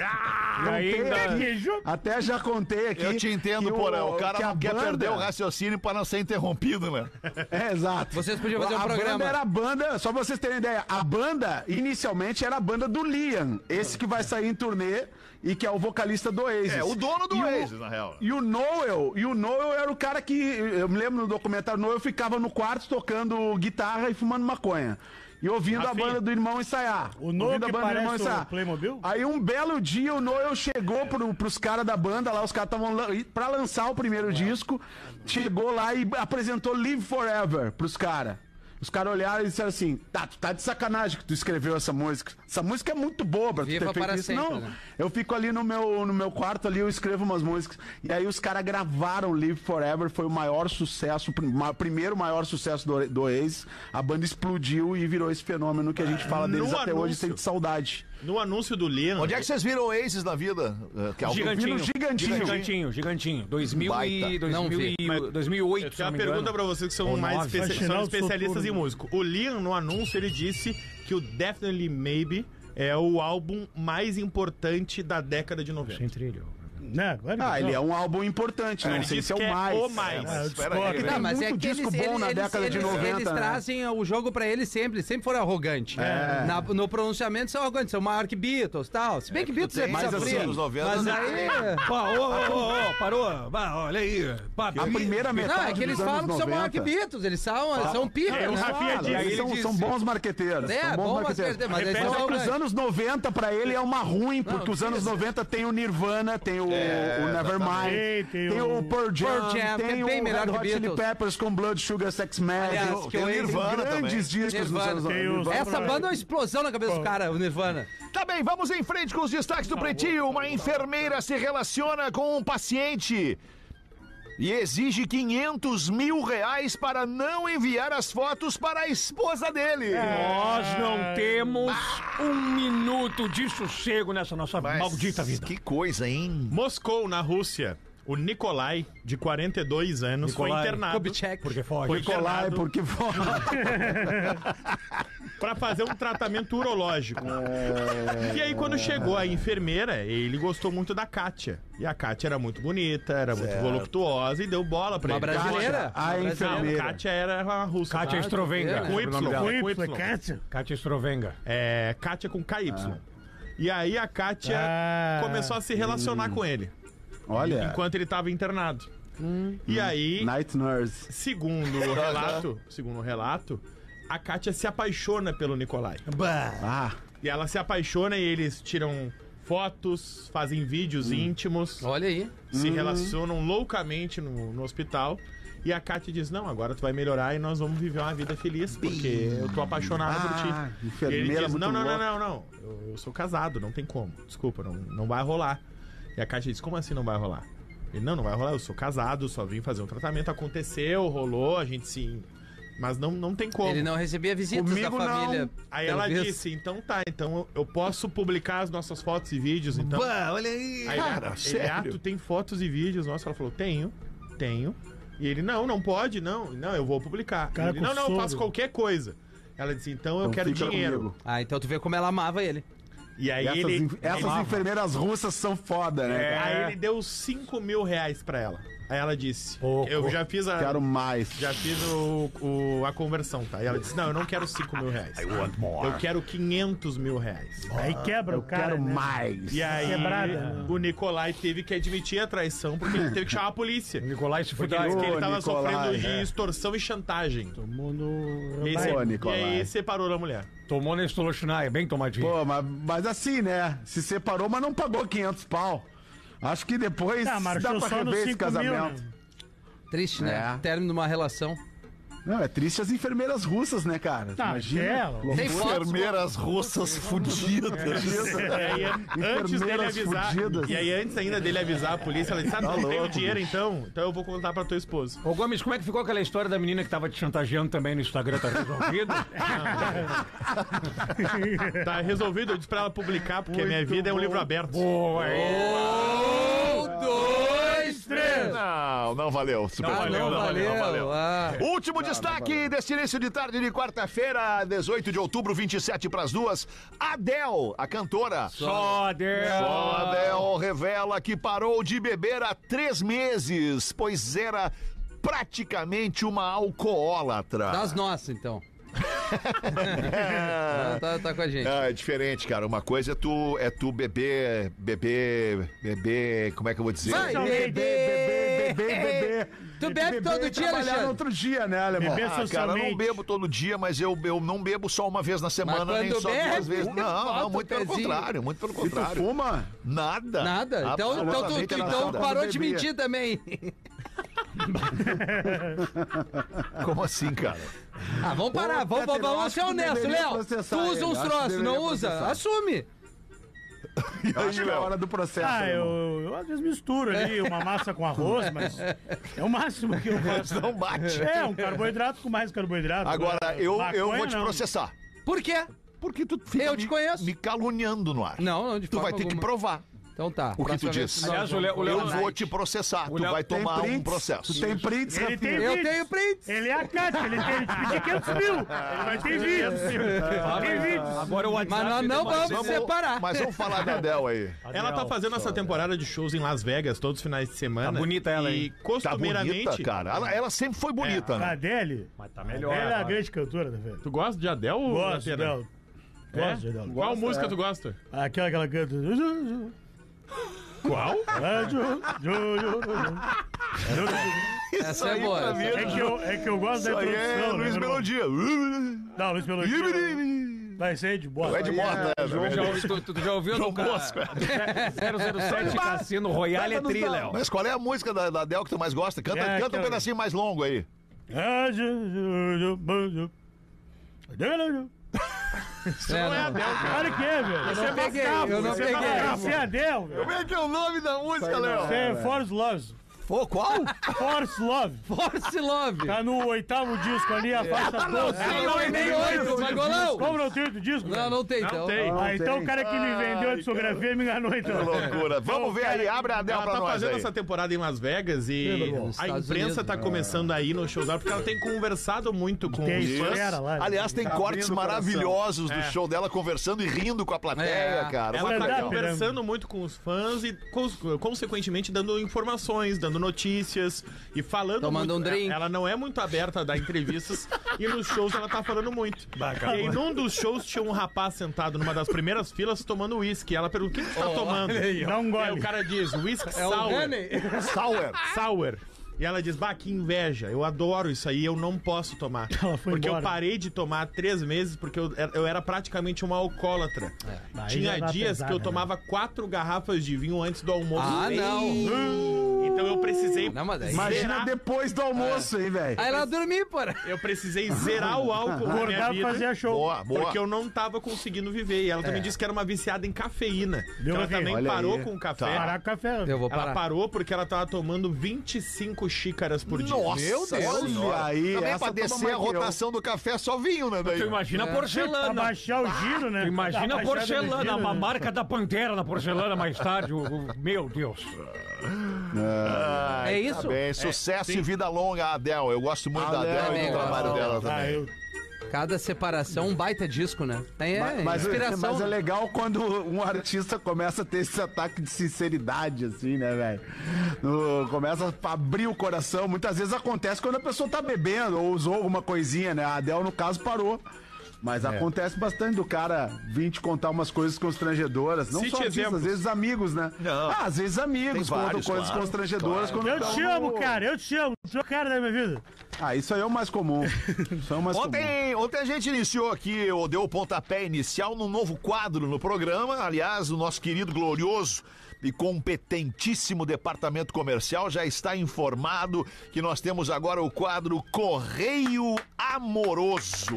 S4: Ah!
S5: contei
S8: ainda-
S5: aqui.
S15: Queijo.
S5: Até já contei aqui.
S4: Eu te entendo,
S5: que
S4: Porã. O cara
S5: que a
S4: não quer
S5: banda-
S4: perder o raciocínio pra não ser interrompido, né?
S5: É, exato.
S14: Vocês podiam fazer um
S5: a
S14: programa.
S5: Banda era a banda, só pra vocês terem ideia, a banda inicialmente era a banda do Liam, esse que vai sair em turnê e que é o vocalista do Oasis.
S4: É, o dono do
S5: E o-
S4: Oasis, na real.
S5: E o Noel, e o Noel era o cara que, eu me lembro no documentário, o Noel ficava no quarto tocando guitarra e fumando maconha. E ouvindo a
S8: Rafinha.
S5: banda do irmão ensaiar.
S15: O Noel
S5: Ouvindo
S15: que parece o Playmobil?
S5: Aí um belo dia o Noel chegou pro, pros caras da banda lá, os caras estavam lan- pra lançar o primeiro disco, chegou lá e apresentou Live Forever pros caras. Os caras olharam e disseram assim: tá, tu tá de sacanagem que tu escreveu essa música. Essa música é muito boa pra tu
S14: Viva
S5: ter feito
S14: para
S5: isso.
S14: sempre,
S5: Não,
S14: né?
S5: eu fico ali no meu, no meu quarto ali, eu escrevo umas músicas. E aí os caras gravaram Live Forever, foi o maior sucesso, o prim- ma- primeiro maior sucesso do, do Oasis. A banda explodiu e virou esse fenômeno que a gente fala deles
S8: No
S5: até hoje,
S8: anúncio.
S5: sente saudade.
S8: No anúncio do Liam.
S4: Onde é que vocês viram Oasis na vida? Eh, Que é algo-
S5: Vira um gigantinho.
S9: Gigantinho, gigantinho. 2000 e,
S4: Baita.
S9: 2000
S14: Não vi.
S9: e- 2008,
S8: Eu
S9: se
S8: tenho
S9: não
S8: uma
S9: me
S8: pergunta
S9: engano.
S8: pra vocês que são
S9: Ou
S8: mais
S9: nove.
S8: especia-
S15: Vai tirar
S8: são
S15: o
S8: especialistas em
S15: soturno.
S8: músico. O Liam, no anúncio, ele disse que o Definitely Maybe é o álbum mais importante da década de 90.
S15: Né, agora que
S5: Ah,
S15: não.
S5: ele é um álbum importante, não
S8: Ele
S5: sei
S8: disse
S5: se é
S8: que
S5: o mais. É,
S8: o mais.
S15: Ah, eu
S4: Espera
S15: discordo.
S4: aí,
S5: Tem muito disco bom na década de
S14: é eles-
S5: 90,
S14: Eles
S5: né?
S14: trazem Assim, o jogo pra eles sempre, eles sempre foram arrogantes. Na- no pronunciamento são arrogantes, são maior que Beatles e tal. Se bem que Beatles é
S4: tem
S14: pizza
S4: esses
S14: fria.
S4: anos 90,
S14: mas
S4: né?
S14: aí...
S9: Ah,
S14: é.
S9: Pô, ô, ô, ô, ô, parou. Bah, olha aí. Pá,
S5: A
S9: peraí.
S5: primeira metade
S14: Não, é que eles
S5: dos anos
S14: falam que são maior que
S5: 90.
S14: Beatles, eles são, são pica,
S8: É, o
S14: né?
S8: Rafinha
S5: Fala,
S8: disse,
S5: eles
S8: ele
S5: são,
S8: disse.
S5: são bons marqueteiros.
S14: É,
S5: são bons,
S14: bom, mas
S5: marqueteiros.
S14: quer dizer, mas
S5: Só
S14: eles são
S5: é que os
S14: arrogantes.
S5: anos 90 pra ele é uma ruim, porque os anos 90 tem o Nirvana, tem o, o Nevermind,
S15: É, exatamente.
S5: tem, o Pearl Jam,
S14: Pearl Jam, que é
S5: tem
S14: bem
S5: o
S14: melhor
S5: Red
S14: que
S5: Hot Chili
S14: Beatles.
S5: Peppers com Blood Sugar Sex
S14: Aliás,
S4: é
S5: Magic.
S14: que é eu
S5: tem
S14: entro-
S5: grandes discos
S14: Nirvana.
S5: dos anos
S15: Tem o-
S5: 90.
S14: Essa banda é uma explosão na cabeça do
S15: Pô.
S14: cara, o Nirvana.
S4: Tá bem, vamos em frente com os destaques
S15: Tá
S4: do Pretinho. Uma enfermeira se relaciona com um paciente e exige 500 mil reais para não enviar as fotos para a esposa dele.
S5: É.
S6: Nós
S14: Ah.
S6: não temos um minuto de sossego nessa nossa
S4: Mas
S6: maldita vida.
S4: Que coisa, hein?
S8: Moscou, na Rússia, o Nikolai, de 42 anos, foi
S9: Nikolai
S8: internado.
S14: Kubitschek.
S6: Porque foge.
S8: Foi
S5: Nicolai,
S8: internado
S5: porque foda.
S8: pra fazer um tratamento urológico.
S5: É.
S8: E aí, quando chegou a enfermeira, ele gostou muito da Kátia. E a Kátia era muito bonita, era muito voluptuosa e deu bola pra
S14: Uma
S8: ele.
S14: brasileira.
S5: A
S14: Uma brasileira.
S8: Não,
S5: enfermeira.
S8: Kátia era a russa.
S6: Kátia Strovenga.
S14: né?
S8: Com
S6: o nome dela.
S8: Y.
S15: Foi
S8: com Y.
S15: implicância.
S6: Kátia Strovenga.
S8: É, Kátia com KY.
S5: Ah.
S8: E aí a Kátia
S15: Ah.
S8: começou a se relacionar com ele,
S5: Olha, Hum.
S8: enquanto ele tava internado. E aí,
S5: Night Nurse.
S8: segundo o relato, segundo o relato, a Kátia se apaixona pelo Nikolai.
S5: Ah,
S8: E ela se apaixona e eles tiram fotos, fazem vídeos
S5: Hum.
S8: íntimos,
S14: Olha aí.
S8: se
S5: Uhum.
S8: relacionam loucamente no, no hospital. E a Kátia diz: Não, agora tu vai melhorar e nós vamos viver uma vida feliz, porque eu tô apaixonada
S5: Ah,
S8: por ti.
S5: enfermeira
S8: e ele diz:
S5: muito
S8: Não, não, não,
S5: louca."
S8: não, não. Eu, eu sou casado, não tem como. Desculpa, não, não vai rolar. E a Kátia diz: Como assim não vai rolar? Ele: Não, não vai rolar. Eu sou casado, só vim fazer um tratamento. Aconteceu, rolou, a gente se. Mas não, não tem como.
S14: Ele não recebia visitas
S5: Comigo
S14: da
S5: não.
S14: família.
S8: Aí
S14: pelo
S8: ela
S14: visto.
S8: disse, então tá, então eu- eu posso publicar as nossas fotos e vídeos, então.
S9: Pá, olha aí.
S8: Aí, ele, ah, tu tem fotos e vídeos nossos? Ela falou, tenho, tenho. E ele, não, não pode, não, não, eu vou publicar.
S15: Cara
S8: ele,
S15: com
S8: não, não, eu
S15: sogro.
S8: faço qualquer coisa. Ela disse, então eu
S5: então
S8: quero
S5: fica
S8: dinheiro.
S5: comigo.
S14: Ah, então tu vê como ela amava ele.
S8: E aí
S5: Essas,
S8: ele.
S5: en- essas enfermeiras russas são foda, né?
S8: é,
S5: cara?
S8: Aí ele deu 5 mil reais pra ela. Aí ela disse,
S6: Pouco.
S8: eu já fiz a.
S5: Quero mais.
S8: Já fiz o, o- a conversão, tá? E ela disse, não, eu não quero 5 mil reais. Eu quero 500 mil reais.
S15: Aí quebra o cara.
S5: Quero
S15: né?
S5: mais.
S8: E aí,
S15: Quebrada, né?
S8: o Nicolai teve que admitir a traição porque ele teve que chamar a polícia.
S6: Nicolai se
S8: Porque
S6: fudeu.
S8: ele, disse que ele
S5: Ô,
S8: tava
S5: Nicolai,
S8: sofrendo de
S5: é.
S8: extorsão e chantagem.
S15: Tomou no.
S8: E, aí,
S5: Ô,
S8: se-
S5: Nicolai.
S8: e aí separou da mulher.
S6: Tomou Nestolochinai, bem tomadinho.
S5: Pô, mas, mas assim, né? Se separou, mas não pagou 500 pau. Acho que depois
S15: Tá,
S5: dá
S15: marchou
S5: pra
S15: só nos
S5: rever esse
S15: 5 mil.
S5: casamento.
S15: né?
S14: Triste, né?
S5: É.
S14: Término de uma relação.
S5: Não, é triste as enfermeiras russas, né, cara?
S15: Tá, é,
S5: loucura.
S14: Tem fotos.
S4: Enfermeiras russas fudidas. É.
S8: E aí, antes dele
S5: Enfermeiras
S8: avisar.
S5: fudidas.
S8: E aí, antes ainda dele avisar a polícia, ela disse: Ah,
S6: Tá
S8: não, tem o
S5: louco,
S8: dinheiro então? Então eu vou contar pra tua esposa.
S6: Ô Gomes, como é que ficou aquela história da menina que tava te chantageando também no Instagram? Tá resolvido?
S8: Tá resolvido, eu disse pra ela publicar,
S6: é.
S8: porque a minha vida é um livro aberto.
S6: Boa, é.
S15: É.
S14: Um, dois, três.
S4: Não, não valeu. Super
S14: Ah,
S4: valeu,
S14: não valeu. Ah.
S4: Último destaque deste início de tarde de quarta-feira, 18 de outubro, 27 para as duas. Adele, a cantora.
S6: Só Deus.
S15: Ah.
S4: Só Adele revela que parou de beber há três meses, pois era praticamente uma alcoólatra.
S5: Tá
S14: Das nossas, então. Não, tá, tá com a gente.
S4: Ah, é diferente, cara. Uma coisa é tu, é tu beber, beber, beber. Como é que eu vou dizer?
S14: Vai,
S5: Bebê, bebê, bebê, bebê.
S14: É. Tu bebe todo
S5: e
S14: dia,
S5: trabalhar
S14: Alexandre?
S5: no outro dia, né, alemão?
S15: Bebê
S4: Ah, cara, eu não
S15: socialmente.
S4: bebo todo dia, mas eu, eu não bebo só uma vez na semana, nem
S14: quando
S4: só
S14: bebe,
S4: duas vezes. Não,
S14: bota
S4: não,
S14: o
S4: muito pelo
S14: pezinho.
S4: contrário, muito pelo
S5: E tu
S4: contrário.
S5: fuma?
S4: Nada.
S14: Nada. Então, então, tu,
S4: Absolutamente
S14: tu- então
S4: nada.
S14: parou de
S5: Bebia.
S14: mentir também.
S4: Como assim, cara?
S14: Ah, vamos parar,
S5: Ô, Peter,
S14: vamos, vamos,
S5: eu
S14: vamos
S5: acho
S14: ser
S5: que
S14: honesto,
S5: deveria
S14: Léo.
S5: processar
S14: Tu usa
S5: ele,
S14: uns
S5: acho que
S14: troços,
S5: deveria
S14: não usa?
S5: processar.
S14: Assume.
S4: E aí,
S5: Acho que é a
S4: Léo?
S5: hora do processo.
S15: Ah,
S5: alemão.
S15: eu, eu às vezes misturo ali uma massa com arroz, mas é o máximo que eu faço.
S4: Não bate.
S15: É, um carboidrato com mais carboidrato. né?
S4: Agora, eu, eu
S15: Maconha,
S4: vou te
S15: não.
S4: processar.
S14: Por quê?
S4: Porque tu fica
S14: Eu te
S4: me-
S14: conheço.
S4: me caluniando no ar.
S14: Não, não, de
S4: Tu
S14: forma
S4: vai ter que
S14: alguma.
S4: provar
S14: Então tá.
S4: o que tu
S14: próxima vez
S4: disse.
S14: nós
S6: Aliás, o
S14: vamos-
S6: Léo- o Léo-
S4: Eu vou te processar, tu
S6: Léo
S4: vai
S5: Tem
S4: tomar
S5: prints?
S4: um processo.
S5: Tu tem prints,
S15: Ele tem
S5: Rafinha?
S14: Eu
S15: vídeo.
S14: tenho prints.
S15: Ele é a Cátia, ele tem, ele te pediu 500 mil. Ele vai ter vídeo. Tem vídeo.
S6: Agora o WhatsApp
S14: Mas nós
S6: dele
S14: não
S6: vai
S14: vamos
S6: ser-
S14: separar.
S4: Mas vamos falar da Adele aí.
S8: Ela tá fazendo essa temporada de shows em Las Vegas todos os finais de semana.
S6: Tá bonita ela,
S8: E
S6: hein?
S4: Tá
S8: costumeiramente.
S4: bonita, cara. Ela, ela sempre foi bonita,
S15: A
S4: né?
S15: Adele,
S6: Mas tá
S15: ela
S6: melhor.
S15: é a
S6: agora.
S15: grande cantora da velha.
S8: Tu gosta de Adele? ou
S15: Gosto
S8: Datena?
S15: dela.
S8: É?
S15: Gosto dela.
S8: Qual música tu gosta?
S15: Aquela que ela canta.
S8: Qual?
S15: Ah, ju, ju, ju, ju.
S14: Essa é boa.
S4: pra
S14: essa
S4: mim,
S14: é
S15: É que eu, é Tá que eu gosto da
S4: Isso aí
S15: introdução.
S4: é
S15: né,
S4: Luiz
S15: meu irmão?
S4: Melodia.
S15: Não, Luiz Melodia. Vai ser de boa.
S4: O Ed Morta, é,
S6: Tu já
S4: velho.
S6: ouvi- tu, tu já ouviu do né? cara?
S4: é.
S6: 007 Cassino Royale é tri, Léo.
S4: Mas qual é a música da, da Adele que tu mais gosta? Canta,
S15: É,
S4: canta um
S15: cara.
S4: pedacinho mais longo aí.
S15: Ah, ju, ju, ju, bu, ju. Adele, ju.
S14: não é
S15: Claro que é, velho. Isso
S14: não
S15: é
S14: peguei,
S15: macabro.
S14: eu não
S15: Isso é
S14: peguei.
S15: macabro. Isso é Adele, velho.
S4: Como é que é o nome da música,
S15: Isso
S4: Léo?
S15: é Force Love.
S14: Pô, qual?
S15: Force Love.
S14: Force Love.
S15: Tá no oitavo disco ali, a faixa 12.
S14: não é nem oito, mas golão.
S15: Como não tem outro disco?
S14: Não, não tem, então.
S15: Ah, então o cara que me vendeu a discografia me enganou, então.
S4: Que loucura. Vamos ver aí. Abre a Adele
S8: Ela
S4: pra
S8: tá
S4: nós
S8: fazendo
S4: aí.
S8: essa temporada em Las Vegas e
S15: Lembra,
S8: a
S14: Estados
S8: imprensa
S14: Unidos,
S8: tá começando aí no showzão porque ela tem conversado muito com
S15: Tem
S8: os fãs.
S15: espera lá.
S4: Aliás, tem
S5: Tá
S4: cortes
S5: abrindo o coração.
S4: maravilhosos do show dela conversando e rindo com a plateia,
S14: É.
S4: cara.
S8: Ela
S4: Muito
S8: tá
S15: Stand-up,
S4: legal.
S8: conversando muito com os fãs e, cons- consequentemente, dando informações, dando notícias e falando
S14: Tomando
S8: muito.
S14: um drink.
S8: Ela não é muito aberta a dar entrevistas e nos shows ela tá falando muito. e aí, num dos shows tinha um rapaz sentado numa das primeiras filas tomando uísque. Ela pergunta, o que você tá tomando?
S15: Dá um
S8: E aí o
S15: gole.
S8: cara diz, uísque
S14: É o
S8: sour.
S14: Honey.
S4: Sauer.
S8: Ah. Sour. E ela diz, bah, que inveja, eu adoro isso aí, eu não posso tomar.
S15: Ela foi
S8: porque eu
S15: embora.
S8: parei de tomar há três meses, porque eu, era- eu era praticamente uma alcoólatra. Tinha
S15: Aí É, já dá
S8: dias
S15: pesada,
S8: que eu
S15: né?
S8: tomava quatro garrafas de vinho antes do almoço.
S14: Ah, não.
S8: Então eu precisei
S14: Não, mas daí-
S5: Imagina
S15: né?
S8: zerar,
S5: depois
S15: É.
S5: do almoço, hein, velho?
S14: Aí ela dormiu, porra.
S8: eu precisei zerar o álcool na minha
S15: Acordava e
S8: vida.
S15: fazia show.
S4: Boa, boa.
S8: Porque eu não tava conseguindo viver. E ela
S14: É.
S8: também disse que era uma viciada em cafeína. Que
S15: Viu,
S8: ela
S15: Rafinha?
S8: também
S5: Olha
S8: parou
S5: aí.
S8: com o café.
S15: Parar com o café.
S14: Eu vou
S8: Ela
S14: parar.
S8: parou porque ela tava tomando 25 xícaras por dia.
S4: Nossa,
S14: Meu Deus.
S4: Senhora.
S5: Olha aí,
S4: Também
S5: essa
S4: pra
S5: toma
S4: descer a
S5: mais que eu.
S4: rotação do café, só vinho, né? Daí?
S6: Tu imagina a
S15: Pra
S6: porcelana.
S15: baixar o giro, né?
S6: Tu imagina a
S15: Pra baixar o
S6: porcelana,
S15: giro,
S6: uma
S15: né?
S6: marca da Pantera na porcelana mais tarde. o- o- meu Deus.
S5: Ah,
S4: Tá
S14: É isso?
S4: bem, sucesso e vida longa, Adele. Eu gosto muito da
S5: Adele,
S4: Adele e do
S14: eu
S4: trabalho
S14: gosto.
S4: dela
S15: Ah,
S4: também.
S15: eu...
S14: Cada separação, um baita disco, né? Tem é,
S5: Mas,
S14: inspiração.
S5: mas é
S14: né?
S5: legal quando um artista começa a ter esse ataque de sinceridade, assim, né, velho? No- Começa a abrir o coração. Muitas vezes acontece quando a pessoa tá bebendo ou usou alguma coisinha, né? A Adele, no caso, parou.
S4: É.
S5: Mas acontece bastante do cara vir te contar umas coisas constrangedoras. Não
S8: Cite
S5: só artistas,
S8: exemplos.
S5: às vezes amigos, né?
S4: Não.
S5: Ah, às vezes amigos
S4: Tem
S5: contam
S4: vários,
S5: coisas
S4: claro,
S5: constrangedoras. Quando
S15: eu
S5: tão
S15: te
S5: no-
S15: amo, cara. Eu te amo. Tu é o cara da minha vida.
S5: Ah, isso aí é o mais comum. Isso aí é o mais comum.
S4: Ontem, ontem a gente iniciou aqui, ou deu o pontapé inicial num novo quadro no programa. Aliás, o nosso querido, glorioso e competentíssimo departamento comercial já está informado que nós temos agora o quadro Correio Amoroso.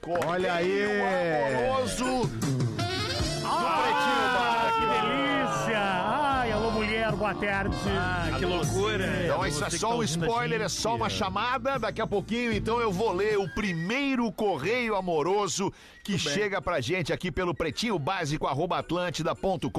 S4: Correio
S5: Olha aí. Ah!
S4: Amoroso do Pretinho Básico.
S15: Delícia. Ai, alô, mulher. Boa tarde.
S6: Ah, que loucura.
S4: Então isso é
S5: tá
S4: só um spoiler, é só uma chamada. Daqui a pouquinho, então, eu vou ler o primeiro correio amoroso que chega pra gente aqui pelo pretinho básico atlântida.com.br.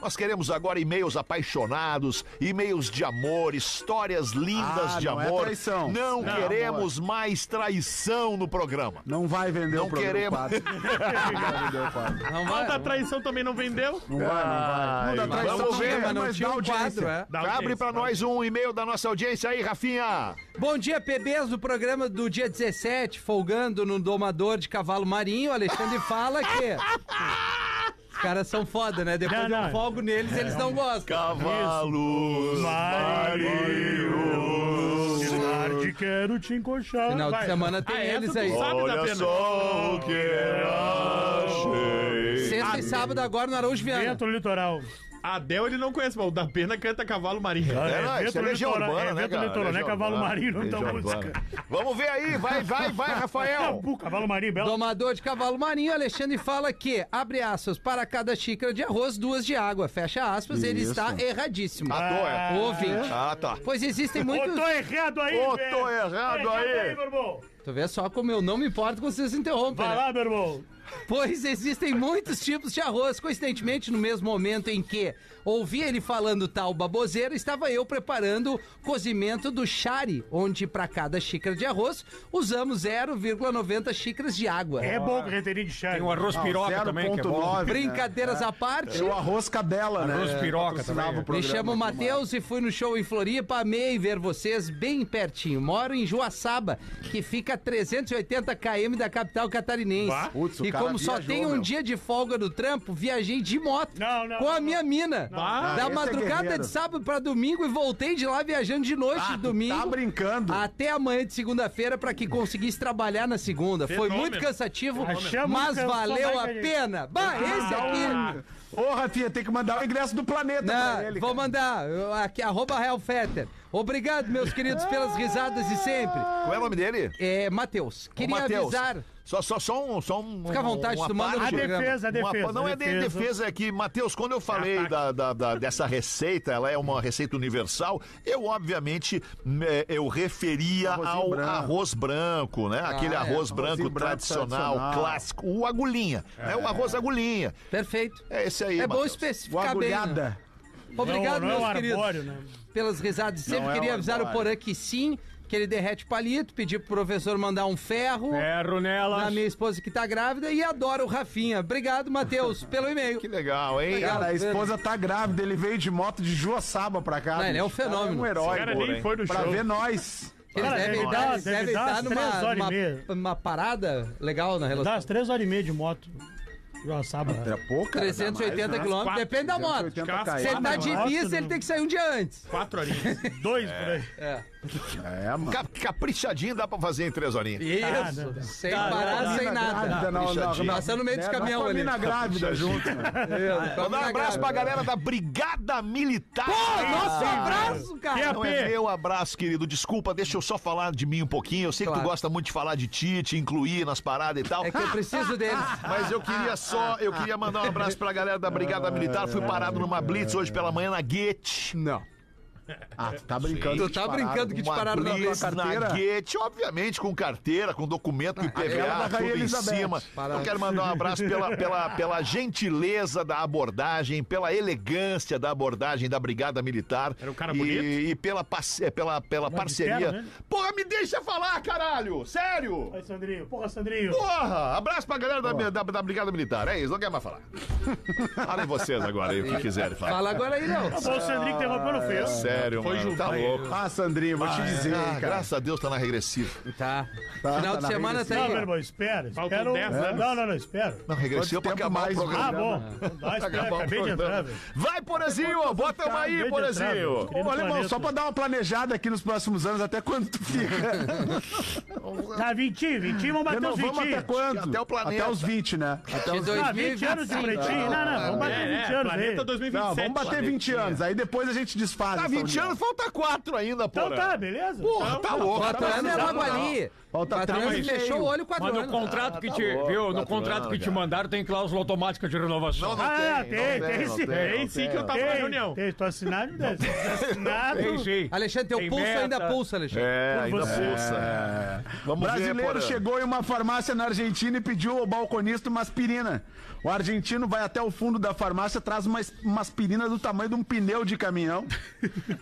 S4: Nós queremos agora e-mails apaixonados, e-mails de amor, histórias lindas
S5: Ah,
S4: de
S5: não é
S4: amor.
S5: traição.
S4: Não,
S5: Não,
S4: queremos mais traição no programa.
S5: Não vai vender
S4: Não
S5: o programa
S4: queremos.
S5: quadro. Não vai vender o quadro.
S14: Não
S8: Qual da
S14: vai.
S8: traição também não vendeu?
S5: Não vai, não vai. Não dá
S4: Vamos
S5: traição,
S4: ver,
S5: não,
S14: mas não
S5: mas
S14: tinha
S5: dá
S14: um
S5: audiência.
S14: quadro, é.
S8: Da
S4: Abre
S8: audiência,
S4: pra
S8: da
S4: nós um e-mail da nossa audiência aí, Rafinha.
S14: Bom dia, PBs do programa do dia 17, folgando no domador de cavalo marinho. Alexandre fala que. Os caras são foda, né? Depois
S15: Não, não. É,
S14: eu folgo neles, eles não gostam.
S4: Cavalos Marinho.
S15: Tarde, quero te encoxar.
S14: Final
S15: Vai.
S14: de semana tem
S8: Ah, essa
S14: eles
S8: tu
S14: aí.
S8: sabe da pena.
S4: só o que eu achei.
S14: Sexta e sábado agora no Araújo Viana.
S15: um Vento no litoral.
S8: Adel ele não conhece, mas o da pena canta cavalo marinho.
S4: É, não, isso é
S15: no
S4: legião
S15: litoral,
S4: urbana,
S15: é
S4: né,
S15: vento
S4: cara?
S15: no litoral, não é
S4: Legião
S15: cavalo
S4: urbana,
S15: marinho, não tá
S4: legião
S15: música.
S4: urbana. Vamos ver aí, vai, vai, vai, Rafael.
S15: Tabu, cavalo marinho, belo.
S14: Domador de cavalo marinho, Alexandre fala que, abre aspas, para cada xícara de arroz, duas de água. Fecha aspas, ele
S5: Isso.
S14: está erradíssimo.
S4: Ah, tô, é.
S14: Ouvinte.
S4: Ah, tá.
S14: Pois existem
S15: Ô,
S14: muitos.
S15: tô errado aí,
S4: Ô,
S15: velho.
S4: tô errado aí.
S15: meu irmão.
S14: Tu vê só como eu não me importo que vocês interrompem.
S15: Vai
S14: né?
S15: lá, meu irmão.
S14: Pois existem muitos tipos de arroz. Coincidentemente, no mesmo momento em que ouvi ele falando tal baboseira, estava eu preparando o cozimento do chari, onde para cada xícara de arroz usamos 0,90 xícaras de água.
S15: É bom que reteirinho de chá.
S6: Tem o arroz piroca também, que é bom.
S5: 0.9.
S14: Brincadeiras à parte.
S5: Tem o arroz cadela, né?
S6: Arroz piroca
S5: Patrocinava
S6: também,
S5: o
S6: é.
S14: Me
S5: programa.
S14: chamo Matheus e fui no show em Floripa, amei ver vocês bem pertinho. Moro em Joaçaba, que fica a 380 km da capital catarinense.
S5: Putz, o
S14: e
S5: cara
S14: como só
S5: viajou,
S14: tem um
S5: meu.
S14: dia de folga do trampo, viajei de moto
S15: Não, não,
S14: com a
S15: não.
S14: minha mina.
S5: não,
S14: da
S5: esse é
S14: madrugada
S5: guerreiro.
S14: de sábado pra domingo e voltei de lá viajando de noite de domingo.
S5: Tá brincando.
S14: Até amanhã de segunda-feira pra que conseguisse trabalhar na segunda. Foi
S8: Fenômeno.
S14: muito cansativo,
S15: Achamos
S14: mas
S15: que eu sou
S14: valeu
S15: mais
S14: a
S15: que a gente.
S14: pena. Bah, esse aqui.
S5: Ô, Rafinha, tem que mandar o ingresso do planeta
S14: Não,
S5: pra ele.
S14: vou
S5: cara.
S14: mandar. Eu- Aqui, arroba Real Fetter. Obrigado, meus queridos, pelas risadas de sempre.
S4: Qual é o nome dele?
S14: É, Matheus,
S4: Ô,
S14: queria
S4: Matheus,
S14: avisar.
S4: Só, só, só um. Só um
S14: Fica à vontade,
S4: uma
S14: tu manda no
S4: parte.
S15: A defesa, a
S4: Uma-
S15: defesa.
S4: não
S15: a
S4: é nem defesa, é que, Matheus, quando eu falei da, da- da- dessa receita, ela é uma receita universal, eu, obviamente, né, eu referia
S5: Arrozinho
S4: ao
S5: branco. Ah,
S4: arroz branco, né? Aquele
S14: é.
S4: arroz branco
S5: branco
S4: tradicional,
S5: tradicional.
S4: clássico, o agulhinha, né? O arroz agulhinha.
S14: Perfeito.
S4: É esse aí,
S14: É bom
S4: Matheus.
S5: O
S14: especificar bem. né?
S5: agulhada.
S14: Obrigado,
S15: não, não
S14: meus
S15: é um
S14: queridos,
S15: arbóreo, né?
S14: pelas risadas de sempre.
S5: Não é
S14: queria
S5: um
S14: avisar o
S5: arbóreo.
S14: Porã que sim, que ele derrete palito, pedir pro professor mandar um ferro.
S6: Ferro
S14: Na
S6: nela.
S14: minha esposa que tá grávida e adoro o Rafinha. Obrigado, Matheus, pelo e-mail.
S4: Que legal, hein?
S14: Legal.
S5: Cara, a esposa tá grávida, ele veio de moto de Joaçaba pra cá.
S14: Não, ele é um
S5: bicho. Cara,
S14: fenômeno.
S5: É um herói,
S8: cara
S5: pô,
S8: nem
S5: hein?
S8: foi no
S5: Pra
S8: show.
S5: ver nós.
S14: Eles
S15: Cara,
S14: devem
S15: deve
S14: estar,
S15: dar-
S14: eles
S15: deve
S14: devem
S15: dar
S14: estar
S15: umas
S14: numa
S15: três horas e
S14: uma-
S15: meia.
S14: uma parada legal na relação.
S15: Dá umas três horas e meia de moto. Joaçaba.
S5: Era pouco, cara, dá mais,
S14: 380
S5: né?
S14: quilômetros,
S8: Quatro,
S14: depende da moto.
S5: 380
S8: Carro-
S5: km.
S14: Se ele tá
S15: Ah,
S14: de
S15: não.
S14: bis, ele tem que sair um dia antes.
S8: Quatro horinhas.
S15: Dois por aí.
S5: É, mano.
S4: Cap- Caprichadinho dá pra fazer em três horinhas.
S14: Isso.
S15: né?
S14: sem parar, sem nada.
S5: Grávida, não, não,
S4: Bichadinho.
S5: não.
S14: Passando no meio dos
S5: É, nós
S14: caminhão
S5: com a
S14: ali.
S5: mina grávida junto.
S14: Isso,
S4: Mandar um abraço pra galera da Brigada Militar.
S14: Pô, nosso um
S4: né?
S14: abraço, cara.
S4: Não é meu abraço, querido. Desculpa, deixa eu só falar de mim um pouquinho. Eu sei que
S14: Claro.
S4: tu gosta muito de falar de ti, te incluir nas paradas e tal.
S14: É que eu preciso deles.
S4: Mas eu queria só, eu queria mandar um abraço pra galera da Brigada Militar. Fui parado numa blitz hoje pela manhã na Guete.
S5: Não. Ah, tu tá brincando.
S14: Tu
S5: que te
S14: tá
S5: pararam.
S14: brincando que te
S4: Uma
S14: pararam na
S4: blitz
S14: blitz.
S5: tua
S4: na
S5: carteira?
S4: Guete, obviamente com carteira, com documento, com
S5: aquela
S4: IPVA,
S5: da Rainha
S4: tudo em
S5: Elizabeth.
S4: cima. Eu quero mandar um abraço pela, pela, pela gentileza da abordagem, pela elegância da abordagem da Brigada Militar.
S8: Era um cara
S4: e,
S8: bonito?
S4: E pela, parce- pela, pela parceria.
S15: terno, né?
S4: Porra, me deixa falar, caralho! Sério!
S15: Vai, Sandrinho. Porra, Sandrinho.
S4: Porra! Abraço pra galera da, da, da Brigada Militar. É isso, não quer mais falar. Falem vocês agora aí o que quiserem falar.
S14: Fala agora aí, não.
S15: Só o Sandrinho que interrompeu no
S4: É
S15: feio.
S4: sério,
S8: Foi
S4: mano. Tá
S8: Gilberto.
S4: louco.
S5: Ah, Sandrinho, vou te dizer,
S4: Ah,
S5: hein, cara.
S4: graças a Deus tá na regressiva.
S14: Tá.
S5: Tá,
S14: Final
S5: tá
S14: de
S5: na
S14: semana tá
S15: Não, meu
S14: aí.
S15: irmão, espera.
S8: Faltam
S15: espera um-
S8: dez anos.
S15: Não, não, não, espera.
S4: Não, regressiva pra
S5: Quanto tempo
S4: acabar
S5: mais
S4: o programa.
S15: Ah, bom.
S4: Pra
S15: Dá, espera,
S4: acabar o
S15: acabei de
S4: programa.
S15: entrar, velho.
S4: Vai, Porazinho! Bota uma aí,
S15: Acabei de entrar,
S4: Porazinho!
S15: velho.
S5: Ô, alemão, só pra dar uma planejada aqui nos próximos anos, até quando tu fica?
S15: Tá, 20, 20, vamos bater os
S5: Renovamos
S15: 20.
S5: até quando?
S4: Até o planeta.
S5: Até os 20, né? Até
S14: De
S5: os...
S15: Ah, 20 anos de
S14: 2025.
S15: pretinho. Não, não, vamos
S8: É,
S15: bater 20
S8: é,
S15: anos
S8: planeta
S15: aí.
S8: 2027.
S5: Não, vamos bater 20 anos, aí depois a gente desfaz.
S4: Tá
S5: essa
S4: 20 20 anos, falta 4 ainda, pô.
S15: Então tá, beleza?
S4: Porra, tá louco.
S14: Quatro anos é logo ali.
S5: Falta
S14: Quatro
S5: três
S14: anos
S5: e meio.
S14: fechou o olho, quatro
S6: Mas no
S14: anos.
S4: Ah,
S6: contrato
S4: tá
S6: que te. viu? No contrato que te mandaram tem cláusula automática de renovação.
S15: Ah, tem,
S5: não tem,
S15: tem
S5: não tem,
S15: sim.
S5: não
S15: Tem sim que eu
S8: tava na reunião.
S15: Tem, tô assinado, né? assinado.
S6: Tem sim.
S14: Alexandre, teu
S6: Tem
S14: pulso
S6: meta.
S14: ainda pulsa, Alexandre.
S4: É, ainda
S15: você.
S4: pulsa. Vamos ver,
S5: Brasileiro
S4: Porã.
S5: chegou em uma farmácia na Argentina e pediu ao balconista uma aspirina. O argentino vai até o fundo da farmácia, traz uma, es- uma aspirina do tamanho de um pneu de caminhão.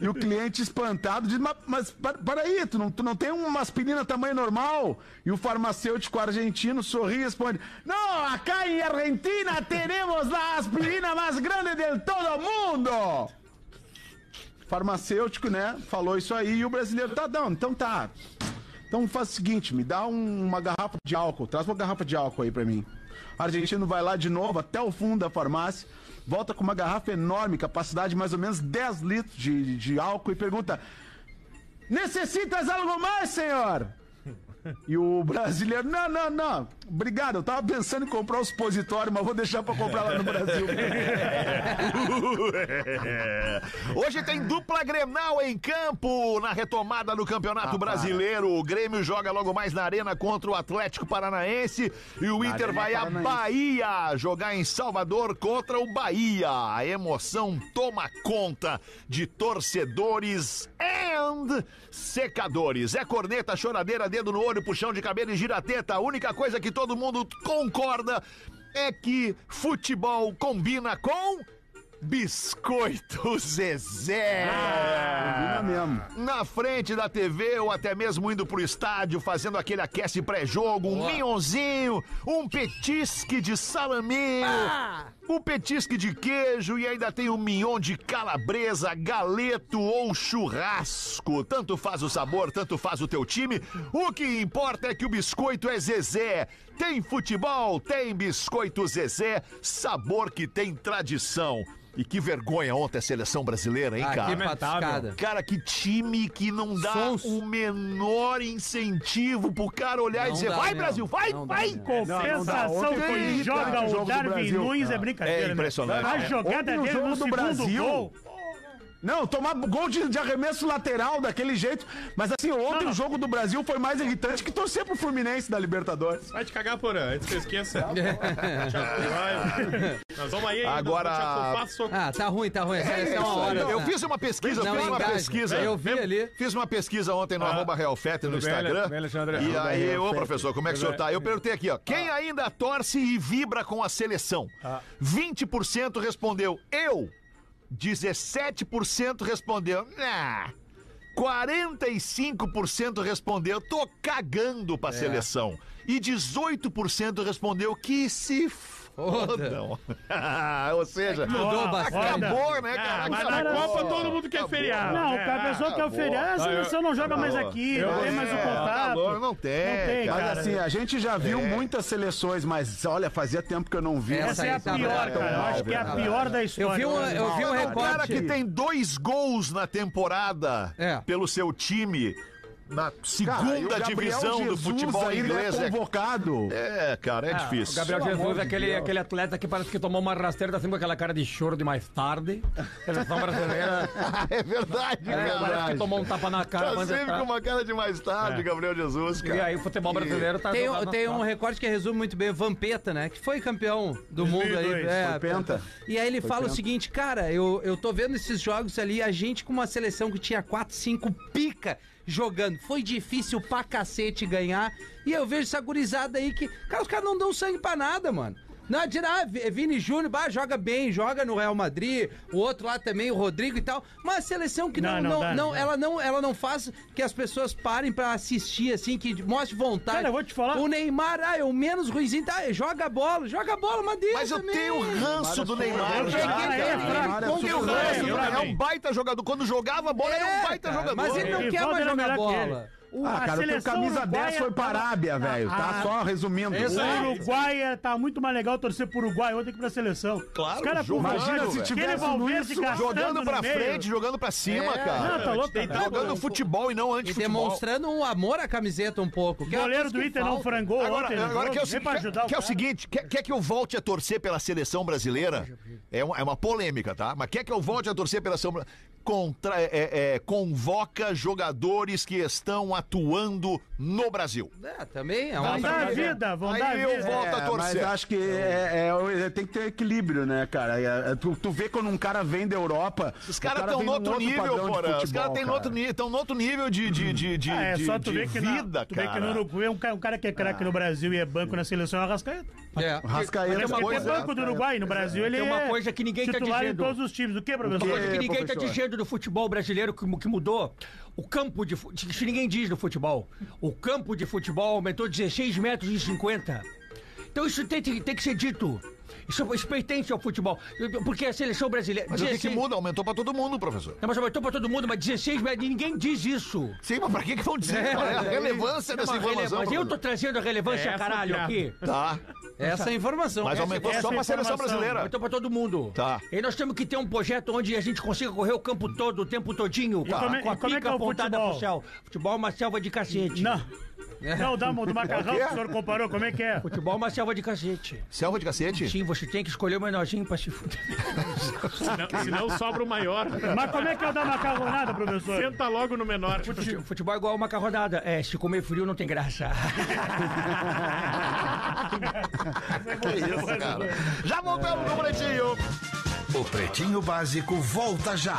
S5: e o cliente, espantado, diz: Mas, mas pa- peraí, tu não, tu não tem uma aspirina tamanho normal? E o farmacêutico argentino sorri e responde: Não, acá em Argentina teremos a aspirina mais grande del todo mundo! Farmacêutico, né? Falou isso aí e o brasileiro tá dando, então tá. Então faz o seguinte, me dá um- uma garrafa de álcool, traz uma garrafa de álcool aí pra mim. O argentino vai lá de novo até o fundo da farmácia, volta com uma garrafa enorme, capacidade de mais ou menos 10 litros de, de- de álcool e pergunta: Necessitas algo mais, senhor? E o brasileiro, não, não, não, obrigado, eu tava pensando em comprar um supositório, mas vou deixar pra comprar lá no Brasil.
S4: Hoje tem dupla Grenal em campo na retomada do Campeonato Brasileiro. O Grêmio joga logo mais na Arena contra o Atlético Paranaense e o Inter
S5: Arena
S4: vai à
S5: Paranaense.
S4: Bahia jogar em Salvador contra o Bahia. A emoção toma conta de torcedores and secadores. É corneta, choradeira, dedo no olho, puxão de cabelo e girateta. A única coisa que todo mundo concorda é que futebol combina com Biscoito Zezé.
S5: Combina mesmo.
S4: Na frente da TV ou até mesmo indo pro estádio, fazendo aquele aquece pré-jogo, um minhãozinho, um petisque de salaminho, um petisque de queijo e ainda tem um mignon de calabresa, galeto ou churrasco. Tanto faz o sabor, tanto faz o teu time. O que importa é que o biscoito é Zezé. Tem futebol, tem biscoito Zezé, sabor que tem tradição. E que vergonha ontem a seleção brasileira, hein,
S14: Ah,
S4: cara? é
S14: que patuscada.
S4: Cara, que time que não dá
S14: Sons.
S4: o menor incentivo pro cara olhar e
S14: Não
S4: dizer:
S14: dá,
S4: vai,
S14: meu.
S4: Brasil, vai,
S14: Não dá,
S4: vai!
S5: Não,
S14: meu.
S5: não dá.
S15: Compensação
S5: Ontem foi
S15: que
S5: irritante
S15: joga
S5: o
S15: o
S5: jogo do
S15: Darwin
S5: Brasil.
S15: Nunes é brincadeira.
S4: É
S15: né?
S4: impressionante.
S15: A jogada
S5: Ontem o
S15: dele
S5: jogo
S15: no
S5: do
S15: segundo
S5: Brasil-
S15: gol.
S5: Não, tomar gol de, de arremesso lateral daquele jeito. Mas assim, ontem o jogo do Brasil foi mais irritante que torcer pro Fluminense da Libertadores.
S8: Vai te cagar, Porã, antes que eu esqueça. Vai. Nós vamos aí, ainda,
S4: Agora-
S8: vou te afofar, soco.
S14: Ah, tá ruim, tá ruim. Essa é, uma hora.
S4: Eu
S14: tá?
S4: fiz uma pesquisa,
S14: Não,
S4: fiz uma
S14: engaja.
S4: pesquisa.
S14: Eu vi ali. Ah.
S4: Fiz uma pesquisa ontem no arroba Real Feta no
S6: Tudo bem,
S4: Instagram.
S6: Ale- bem, Alexandre?
S4: e
S6: Arroba
S4: aí,
S6: Real
S4: ô
S6: Feta.
S4: professor, como é que o
S6: Tudo
S4: senhor tá? Eu perguntei aqui, ó. Quem
S14: Ah.
S4: ainda torce e vibra com a seleção? 20% respondeu eu. 17% respondeu, nah. 45% respondeu, tô cagando pra seleção. E 18% respondeu que se fodam. Ou seja, ah,
S14: Mudou bastante.
S4: acabou, né, cara?
S8: Ah, mas na
S4: Acabou.
S8: Copa todo mundo quer feriado.
S15: Não,
S8: né?
S15: a pessoa que é o feriado, a seleção não joga mais aqui, não tem mais o
S4: É, calor
S15: contato.
S4: não tem.
S15: Não
S4: cara.
S5: Mas
S15: tem, cara.
S5: assim, a gente já viu
S15: É.
S5: muitas seleções, mas olha, fazia tempo que eu não vi.
S14: Essa
S15: Essa é
S14: aí
S15: a
S14: tá
S15: pior,
S14: brava,
S15: cara. Eu
S14: tá
S15: acho que é a
S14: brava.
S15: pior da
S14: Eu
S15: história.
S14: vi um, eu vi um
S4: O cara que
S14: recorte.
S4: tem dois gols na temporada
S14: É.
S4: pelo seu time na
S5: Cara, e o
S4: segunda
S5: Gabriel
S4: divisão do
S5: Jesus
S4: futebol
S5: ainda
S4: inglês
S5: é
S4: é.
S5: convocado.
S4: É, cara, é
S6: O
S4: difícil.
S6: Gabriel Jesus é aquele, aquele atleta que parece que tomou uma rasteira, tá sempre com aquela cara de choro de mais tarde. Seleção brasileira.
S4: é verdade,
S6: É,
S4: cara.
S6: parece que tomou um tapa na cara.
S4: Tá
S6: mas é
S4: sempre com
S6: tarde.
S4: uma cara de mais tarde, Gabriel Jesus, cara.
S6: E aí o futebol brasileiro tá
S14: Tem,
S6: jogado
S14: um-
S6: nas
S14: tem um
S6: costas.
S14: recorte que resume muito bem o Vampeta, né? Que foi campeão do mundo aí.
S15: 2002,
S14: É,
S5: foi penta.
S14: E aí ele fala o
S5: penta.
S14: seguinte, cara, eu, eu tô vendo esses jogos ali, a gente com uma seleção que tinha 4, 5 pica jogando. Foi difícil pra cacete ganhar. E eu vejo essa gurizada aí que. Cara, os caras não dão sangue pra nada, mano. Não adianta, ah, Vi- Vini Júnior, bah, joga bem, joga no Real Madrid, o outro lá também, o Rodrigo e tal. Mas a seleção que não,
S15: Não,
S14: não,
S15: não
S14: não,
S15: dá, não dá.
S14: ela não, ela não faz que as pessoas parem pra assistir, assim, que mostre vontade.
S15: Cara, eu vou te falar-
S14: O Neymar, ah, é o menos ruimzinho, tá? Joga a bola, joga a bola, mas deixa
S4: Mas eu
S14: também.
S4: tenho ranço do Neymar.
S15: Eu
S4: já,
S15: peguei
S4: cara. um
S15: ele, é fraco.
S4: Eu tenho
S15: Eu
S4: ranço do
S15: também.
S4: Neymar. É um baita jogador. Quando jogava a bola, era um baita
S14: cara,
S4: jogador.
S14: Mas ele não
S15: Ele
S14: quer
S15: volta,
S14: mais
S15: ele é
S14: jogar
S15: melhor que
S14: bola.
S15: o-
S5: Ah,
S15: a
S5: cara, o teu
S15: seleção
S5: camisa
S15: uruguaia
S5: 10 foi pra
S15: tava-
S5: Arábia, velho. Tá
S15: Ah,
S5: só resumindo.
S4: é
S8: Isso aí.
S15: O Uruguai tá muito mais legal torcer pro Uruguai ontem que pra seleção.
S4: Claro,
S15: Os caras
S6: é
S4: jogando,
S5: Imagina se
S4: velho.
S15: Aquele
S5: tivesse
S15: Valverde,
S5: isso.
S15: cara.
S4: Jogando
S15: Gastando
S4: pra
S15: no meio.
S4: frente, jogando pra cima,
S14: É.
S4: cara.
S15: Não, tá louco, cara.
S8: Deitado.
S4: Jogando futebol e não
S14: E
S4: antifutebol.
S14: demonstrando um amor à camiseta um pouco. que é
S15: O
S14: uma
S15: goleiro
S14: coisa
S15: do
S14: que
S15: Inter não
S14: falta.
S15: frangou
S4: Agora,
S15: ontem. no
S4: agora
S15: jogo,
S4: que é o,
S15: nem
S4: se-
S15: pra ajudar
S4: que- que é o
S15: cara.
S4: seguinte, quer, quer que eu volte a torcer pela seleção brasileira? É uma, é uma polêmica, tá? Mas quer que eu volte a torcer pela seleção brasileira? Contra, é- é, convoca jogadores que estão atuando no Brasil.
S14: É, também é uma
S15: Vão dar a vida, vão
S4: Aí
S15: dar a
S4: eu
S15: vida.
S4: volto. Falta
S5: É,
S4: torcer. Então.
S5: Mas acho que é- é- é- tem que ter equilíbrio, né, cara? É- é- tu, tu vê quando um cara vem da Europa.
S4: Os
S5: o
S4: caras
S5: cara
S4: estão
S5: vem
S4: no
S5: num
S4: outro nível,
S5: padrão
S4: porra. Os
S5: de futebol,
S4: caras estão no outro nível, tão no outro nível de, de, de, de,
S15: Ah, é
S4: de-
S15: só tu
S4: de
S15: ver que,
S4: vida,
S15: na, tu vê
S4: cara. Ah.
S15: que no Uruguai um cara, um cara que é craque no Brasil e é banco na seleção é o Arrascaeta.
S14: É.
S5: Rascaeta
S15: Parece que ele é
S4: coisa-
S15: banco do Uruguai, no Brasil ele
S6: Tem uma
S15: é
S6: coisa que ninguém tá
S15: titular em
S6: dizendo.
S15: todos os times. O que, professor?
S5: O quê?
S6: Coisa que
S5: É,
S6: ninguém está
S5: professor.
S6: dizendo do futebol brasileiro que, mu- que mudou. O campo de futebol. Isso ninguém diz no futebol. O campo de futebol aumentou 16 metros e 50. Então isso tem, tem- tem que ser dito. Isso, isso pertence ao futebol. Porque a seleção brasileira.
S4: Mas o que, que
S15: assim,
S6: 16
S4: muda? Aumentou pra todo mundo, professor.
S6: Não, mas aumentou pra todo mundo, mas 16 metros. Ninguém diz isso.
S4: Sim, mas pra que, que vão dizer? Qual é a relevância dessa
S6: Uma rele-
S4: informação?
S6: Mas eu tô
S4: professor?
S6: trazendo a relevância,
S8: Essa
S6: caralho,
S8: piada.
S6: aqui.
S4: Tá,
S14: é Essa é a informação.
S4: mas
S14: Essa-
S4: aumentou
S15: essa
S4: só pra seleção
S15: informação.
S4: brasileira.
S6: Aumentou Então, pra todo mundo.
S4: Tá.
S6: E nós temos que ter um projeto onde a gente consiga correr o campo todo, o tempo todinho, com, a-
S15: como é-
S6: com a
S15: e como é
S6: pica
S15: que é o
S6: apontada
S15: futebol?
S6: pro céu. Futebol é uma selva de cacete.
S15: Não. Não, dá o do macarrão que o senhor comparou, como é que é?
S6: Futebol é uma selva de cacete.
S4: Selva de cacete?
S6: Sim, você tem que escolher o menorzinho pra se fuder. Ah.
S8: Senão, senão sobra o maior.
S15: Mas como é que é o da macarronada, professor?
S8: Senta logo no menor.
S6: Fute- Futebol é igual uma carrodada. É, se comer frio não tem graça.
S4: Que isso, cara. Já voltamos no Pretinho.
S2: O Pretinho Básico volta já.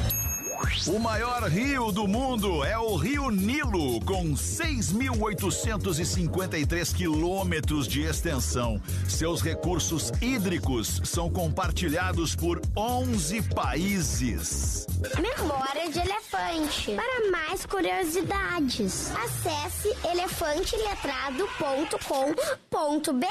S2: O maior rio do mundo é o Rio Nilo, com 6.853 quilômetros de extensão. Seus recursos hídricos são compartilhados por 11 países.
S16: Memória de elefante. Para mais curiosidades, acesse elefanteletrado.com.br.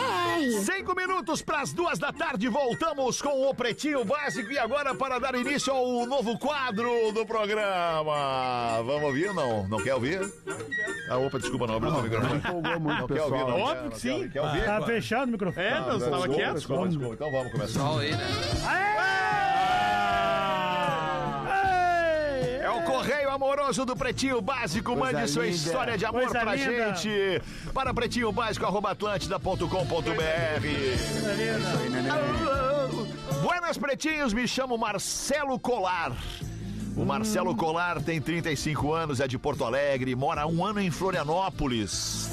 S4: Cinco minutos pras duas da tarde, voltamos com o Pretinho Básico e agora para dar início ao novo quadro do programa. Vamos ouvir? Não, não quer ouvir? Ah, opa, desculpa, não abriu o microfone.
S5: Empolgou muito,
S4: Não quer ouvir, não.
S8: Óbvio
S4: quer, não
S5: pessoal.
S8: que
S4: quer,
S8: sim.
S4: não Quer ouvir?
S15: Tá fechado o microfone.
S4: Ah,
S8: É, meu, você tava
S4: Desculpa,
S8: quieto.
S4: desculpa, desculpa. Então vamos começar.
S14: Só aí, né?
S4: É o Correio Amoroso do Pretinho Básico.
S5: Coisa
S4: Mande sua
S5: linda.
S4: história de amor
S15: Coisa
S4: pra
S15: linda.
S4: gente. Para pretinhobásico.atlântida.com.br. Buenas Pretinhos, me chamo Marcelo Colar. O Marcelo Colar tem 35 anos, é de Porto Alegre, mora há um ano em Florianópolis.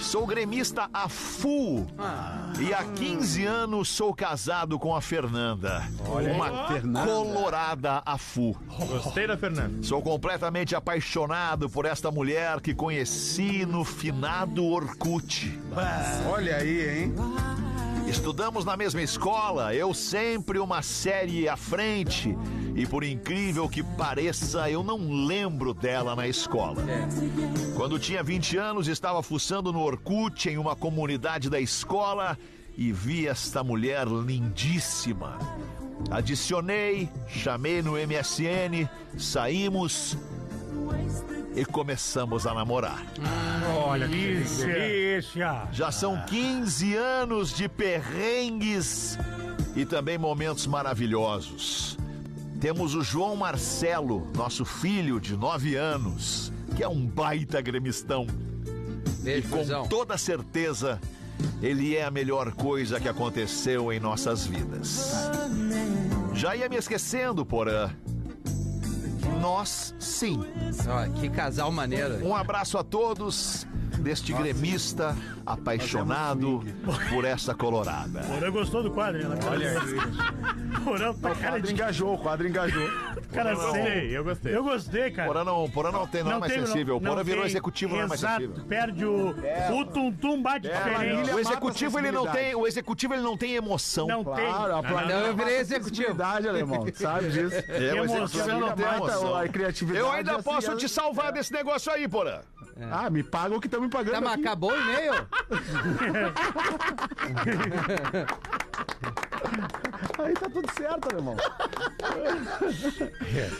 S4: Sou gremista a full
S5: Ah.
S4: e há 15 anos sou casado com a Fernanda. uma
S5: Fernanda.
S4: colorada a full.
S8: Gostei da Fernanda.
S4: Sou completamente apaixonado por esta mulher que conheci no finado Orkut.
S5: Olha aí, hein?
S4: Estudamos na mesma escola, eu sempre uma série à frente. E por incrível que pareça, eu não lembro dela na escola. Quando tinha 20 anos, estava fuçando no Orkut em uma comunidade da escola e vi esta mulher lindíssima. Adicionei, chamei no MSN, saímos e começamos a namorar.
S6: Delícia.
S4: Já são 15 anos de perrengues e também momentos maravilhosos. Temos o João Marcelo, nosso filho de 9 anos, que é um baita gremistão.
S14: Beijo,
S4: Com
S14: cuzão.
S4: toda certeza, ele é a melhor coisa que aconteceu em nossas vidas. Já ia me esquecendo, Porã. Nós sim.
S14: Ó, que casal maneiro.
S4: Um abraço a todos deste gremista apaixonado por essa colorada.
S15: O Porã gostou do quadro, né? Olha aí. Porã tá
S5: O
S15: cara
S5: quadro
S15: de
S5: engajou, o quadro engajou.
S15: cara
S8: Eu
S15: sério.
S8: gostei, eu gostei.
S15: Eu gostei, cara.
S4: Porã não, Porã não tem, não, é mais
S15: tem-
S4: sensível. O
S15: não
S4: Porã virou
S15: tem.
S4: executivo, não é mais
S15: Exato, é
S4: sensível.
S15: perde o... O tum-tum bate diferente.
S4: O
S5: Ele
S4: executivo
S5: mata a
S4: ele não tem,
S5: sensibilidade.
S4: o executivo ele não tem emoção.
S15: Não
S5: Claro, a planilha.
S14: não, eu virei
S5: mata a
S14: executivo.
S5: sensibilidade, É alemão. tu Sabe disso?
S4: É, o
S15: emoção,
S4: executivo ele não
S5: mata
S4: tem
S5: a
S4: emoção.
S5: criatividade,
S4: Eu ainda
S5: assim,
S4: posso
S5: ela-
S4: te salvar desse negócio aí, Porã.
S14: É,
S5: Ah, me paga o que estão me pagando.
S14: Tá, mas
S5: aqui.
S14: acabou o e-mail?
S5: Aí tá tudo certo, alemão.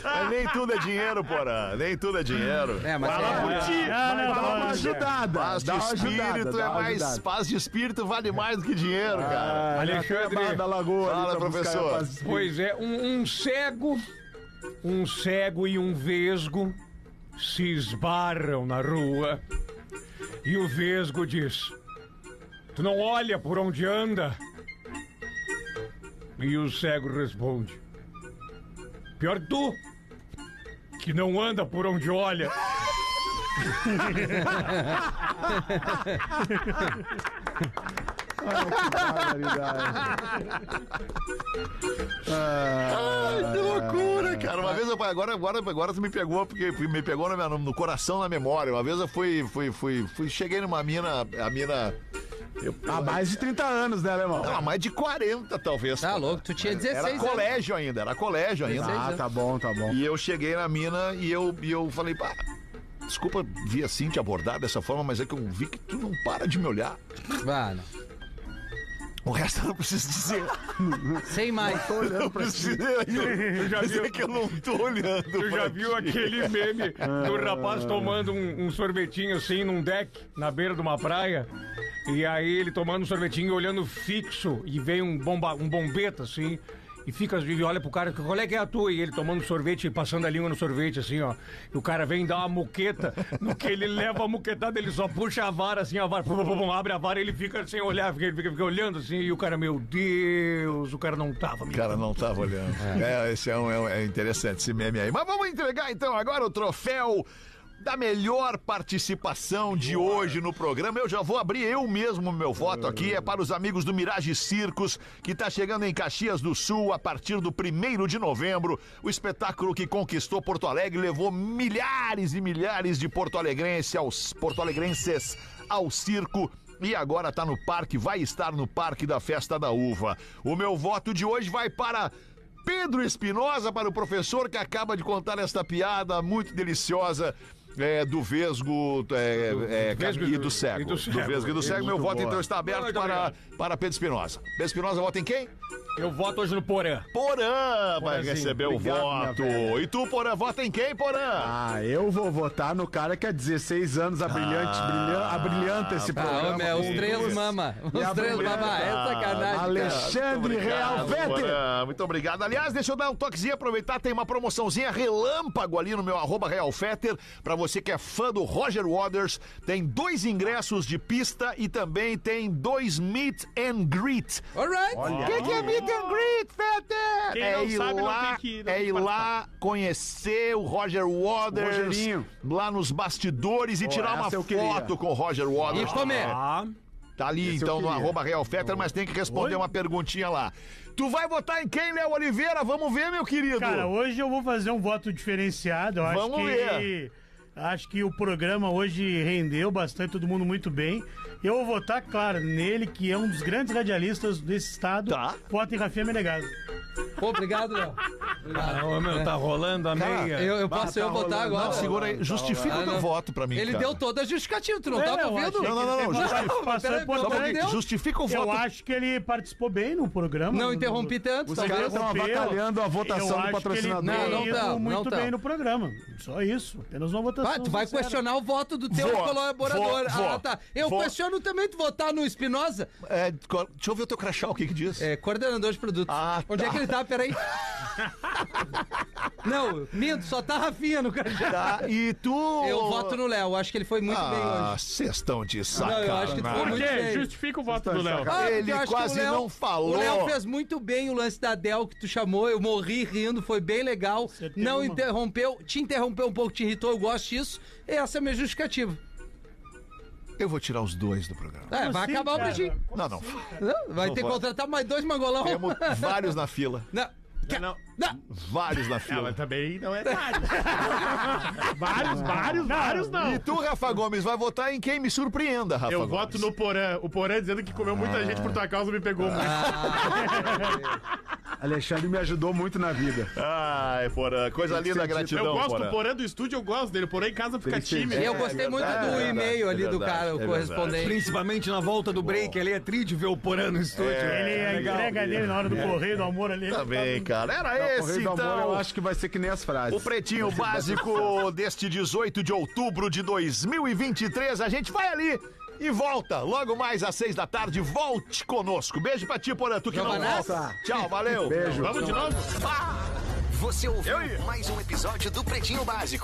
S4: Mas nem tudo é dinheiro, porra. Nem tudo é dinheiro.
S14: É, mas
S4: Fala
S14: é-
S4: por ti.
S15: Ah, não,
S5: Dá uma
S15: não,
S5: ajudada.
S4: Paz de
S5: dá uma
S4: espírito
S5: ajudada, dá
S4: é
S5: uma
S4: mais.
S5: ajudada.
S4: Paz de espírito vale mais do que dinheiro, cara.
S5: Alexandre
S6: Alexandre.
S5: da Lagoa.
S4: Fala,
S5: ali pra buscar
S4: professor.
S5: a paz-
S6: Pois é, um, um cego, um cego e um vesgo se esbarram na rua. E o vesgo diz: Tu não olha por onde anda. E o cego responde: Pior que tu, que não anda por onde olha.
S4: Ai, que loucura, cara. Uma vez eu. Agora, agora, agora tu me pegou, porque me pegou na minha- no coração, na memória. Uma vez eu fui. fui, fui, fui cheguei numa mina. A mina. Eu,
S14: Ah,
S5: Há mais de 30 anos, né, alemão?
S4: Não, mais de 40, talvez.
S14: Tá
S4: cara.
S14: louco, tu tinha
S4: Era
S14: 16 anos.
S4: colégio ainda, era colégio ainda.
S5: Ah,
S14: Dezesseis
S5: tá bom, tá bom.
S4: E eu cheguei na mina e eu, e eu falei, pá, desculpa vir assim te abordar dessa forma, mas é que eu vi que tu não para de me olhar.
S14: Ah, não.
S4: O resto eu não preciso dizer.
S14: Sem mais.
S4: Eu preciso dizer. é Eu, já vi que eu não tô olhando.
S6: Tu já
S4: pra
S6: viu
S4: ti.
S6: aquele meme do rapaz tomando um, um sorvetinho assim num deck na beira de uma praia? E aí ele tomando um sorvetinho e olhando fixo e vem um, bomba, um bombeta assim. E fica e olha pro cara, qual é que é a tua? E ele tomando sorvete e passando a língua no sorvete, assim, ó. E o cara vem dar uma muqueta. No que ele leva a muquetada, ele só puxa a vara, assim, a vara, pum, pum, pum, pum, abre a vara e ele fica sem olhar, fica, fica, fica olhando assim. E o cara, meu Deus, o cara não tava me
S4: O cara não tava olhando. É, esse é, um, é um- é interessante, esse meme aí. Mas vamos entregar então agora o troféu da melhor participação de hoje no programa. Eu já vou abrir eu mesmo o meu voto aqui. É para os amigos do Mirage Circos, que está chegando em Caxias do Sul a partir do 1 de novembro. O espetáculo que conquistou Porto Alegre levou milhares e milhares de porto-alegrenses aos, porto-alegrenses ao circo e agora tá no parque, vai estar no Parque da Festa da Uva. O meu voto de hoje vai para Pedro Espinosa, para o professor que acaba de contar esta piada muito deliciosa. é, do Vesgo, é, é,
S6: Vesgo
S4: e
S6: e
S4: do
S6: do-
S4: Cego.
S6: e do Cego. é
S4: Do Vesgo e do Cego. Meu
S5: Muito
S4: voto
S5: boa.
S4: então está aberto
S6: Muito
S4: para,
S6: obrigado.
S4: para Pedro Espinosa. Pedro Espinosa, vota em quem?
S6: Eu voto hoje no Porã.
S4: Porã vai
S6: Porãzinho.
S4: receber o
S5: Obrigado,
S4: voto.
S5: minha velha.
S4: E tu, Porã, vota em quem, Porã?
S5: Ah, eu vou votar no cara que há 16 anos é abrilhante, brilhan- abrilhanta é esse
S14: Ah,
S5: programa.
S14: ô, meu, os
S5: com
S14: três
S5: duas-
S14: mama.
S5: E a
S14: Os três
S5: mulher-
S14: mama. É sacanagem. cara.
S5: Alexandre Real Vetter.
S4: Porã. Muito obrigado. Aliás, deixa eu dar um toquezinho, aproveitar, tem uma promoçãozinha relâmpago ali no meu arroba Real Fetter. Pra você que é fã do Roger Waters, tem dois ingressos de pista e também tem dois meet and greet.
S14: Alright.
S4: O que, que é meet and greet, Fetter?
S8: Quem
S4: é
S8: não
S4: ir
S8: sabe, não
S4: lá,
S8: tem que ir, não
S4: É
S8: tem
S4: ir
S8: que
S4: lá conhecer o Roger Waters
S5: Rogerinho.
S4: lá nos bastidores e tirar uma
S5: essa eu queria.
S4: foto com o Roger Waters.
S14: E comer.
S6: Ah,
S4: Tá ali,
S5: Esse eu
S4: então, no
S5: queria.
S4: arroba Real Fetter, mas tem que responder uma perguntinha lá. Tu vai votar em quem, Léo Oliveira? Vamos ver, meu querido.
S15: Cara, hoje eu vou fazer um voto diferenciado. Eu acho
S4: Vamos
S15: que.
S4: ver.
S15: Acho que o programa hoje rendeu bastante, todo mundo muito bem. Eu vou votar, claro, nele, que é um dos grandes radialistas desse estado.
S4: Tá.
S15: Voto em Rafinha Menegaso.
S14: Pô, Obrigado, Léo.
S6: ô, meu, tá rolando a
S4: É.
S6: meia.
S14: Eu, eu posso eu votar agora.
S4: tá Não, segura aí. Justifica
S14: Ah,
S4: o teu
S14: não.
S4: voto pra mim,
S14: Ele
S4: cara.
S14: deu toda a justificativa, tu não
S15: É,
S14: tava
S15: eu
S14: ouvindo?
S15: achei
S4: Não, não, não, não.
S15: Ele
S4: Justifica,
S14: peraí,
S15: participação
S4: só um pouquinho.
S15: importante.
S14: Entendeu?
S4: Justifica o voto.
S15: Eu acho que ele participou bem no programa.
S14: Não interrompi tanto,
S5: Os caras
S14: talvez.
S5: estão avacalhando a votação do patrocinador.
S15: Não,
S14: Não, não
S15: não
S14: tá,
S15: tá,
S14: não
S15: muito
S14: tá.
S15: bem no programa. Só isso. Apenas uma votação.
S14: Ah, tu vai
S15: sincera.
S14: questionar o voto do teu
S4: Vou,
S14: colaborador.
S4: vou,
S14: ah, tá. Eu
S4: vou.
S14: questiono também tu votar no Espinosa,
S4: É, co- deixa eu ver o teu crachá, o que que diz?
S14: é, coordenador de produtos.
S4: Ah,
S14: Onde é
S4: tá.
S14: que ele tá? Peraí. não, minto, só tá Rafinha no crachá.
S4: Tá, e tu...
S14: Eu voto no Léo, acho que ele foi muito bem
S4: Ah,
S14: hoje.
S4: vocês estão de
S14: Não,
S4: sacanagem.
S14: eu acho que tu foi
S8: Por
S14: muito
S8: quê?
S14: bem.
S8: Justifica o voto do Léo.
S14: Ah, porque
S4: Ele
S14: eu acho que
S4: quase
S14: o Léo-
S4: não falou.
S14: O Léo fez muito bem o lance da Dell que tu chamou. Eu morri rindo, foi bem legal.
S15: Acertei
S14: Não
S15: uma.
S14: interrompeu, te interrompeu um pouco, te irritou, eu gosto disso. Essa é a minha justificativa.
S4: Eu vou tirar os dois do programa.
S14: É, vai
S15: assim,
S14: acabar
S15: cara?
S14: o Pretinho.
S4: Não, não.
S14: Não, Vai
S4: Não
S14: ter que
S4: vai.
S14: contratar mais dois mangolão.
S4: Temos vários na fila.
S14: Não,
S8: Não,
S14: não.
S4: Vários
S8: não,
S4: na
S8: mas
S4: fila.
S8: também não é vários. vários, vários, vários não. tá
S4: E tu, Rafa Gomes, vai votar em quem me surpreenda, Rafa
S8: Eu
S4: Gomes.
S8: voto
S6: Ah.
S8: no Porã. O Porã dizendo que comeu muita gente por tua causa me pegou muito.
S5: Alexandre me ajudou muito na vida.
S4: Ai, Porã, coisa linda, gratidão.
S8: Eu gosto
S4: Porã.
S8: do Porã do estúdio, eu gosto dele. Porã em casa fica
S4: Tem que ser
S8: tímido.
S4: gente. Eu gostei É muito do verdade, é e-mail verdade, ali é do verdade, cara, o é correspondente. verdade.
S9: Principalmente na volta do break, ali é triste ver o Porã no estúdio.
S15: Ele, é
S4: É,
S15: a entrega dele na hora do correio do amor
S4: Tá
S15: ali.
S5: Tá
S4: Também, cara.
S5: Na
S4: Era esse,
S5: Correio do Amor, eu
S4: então.
S5: acho que vai ser que nem as frases.
S4: O pretinho básico deste 18 de outubro de 2023. A gente vai ali e volta. Logo mais às seis da tarde, volte conosco. Beijo pra ti, Porã. Tu que não
S5: Giovanazzi.
S4: volta. Tchau, valeu.
S5: Beijo.
S8: Vamos de novo?
S1: Você ouviu mais um episódio do Pretinho Básico.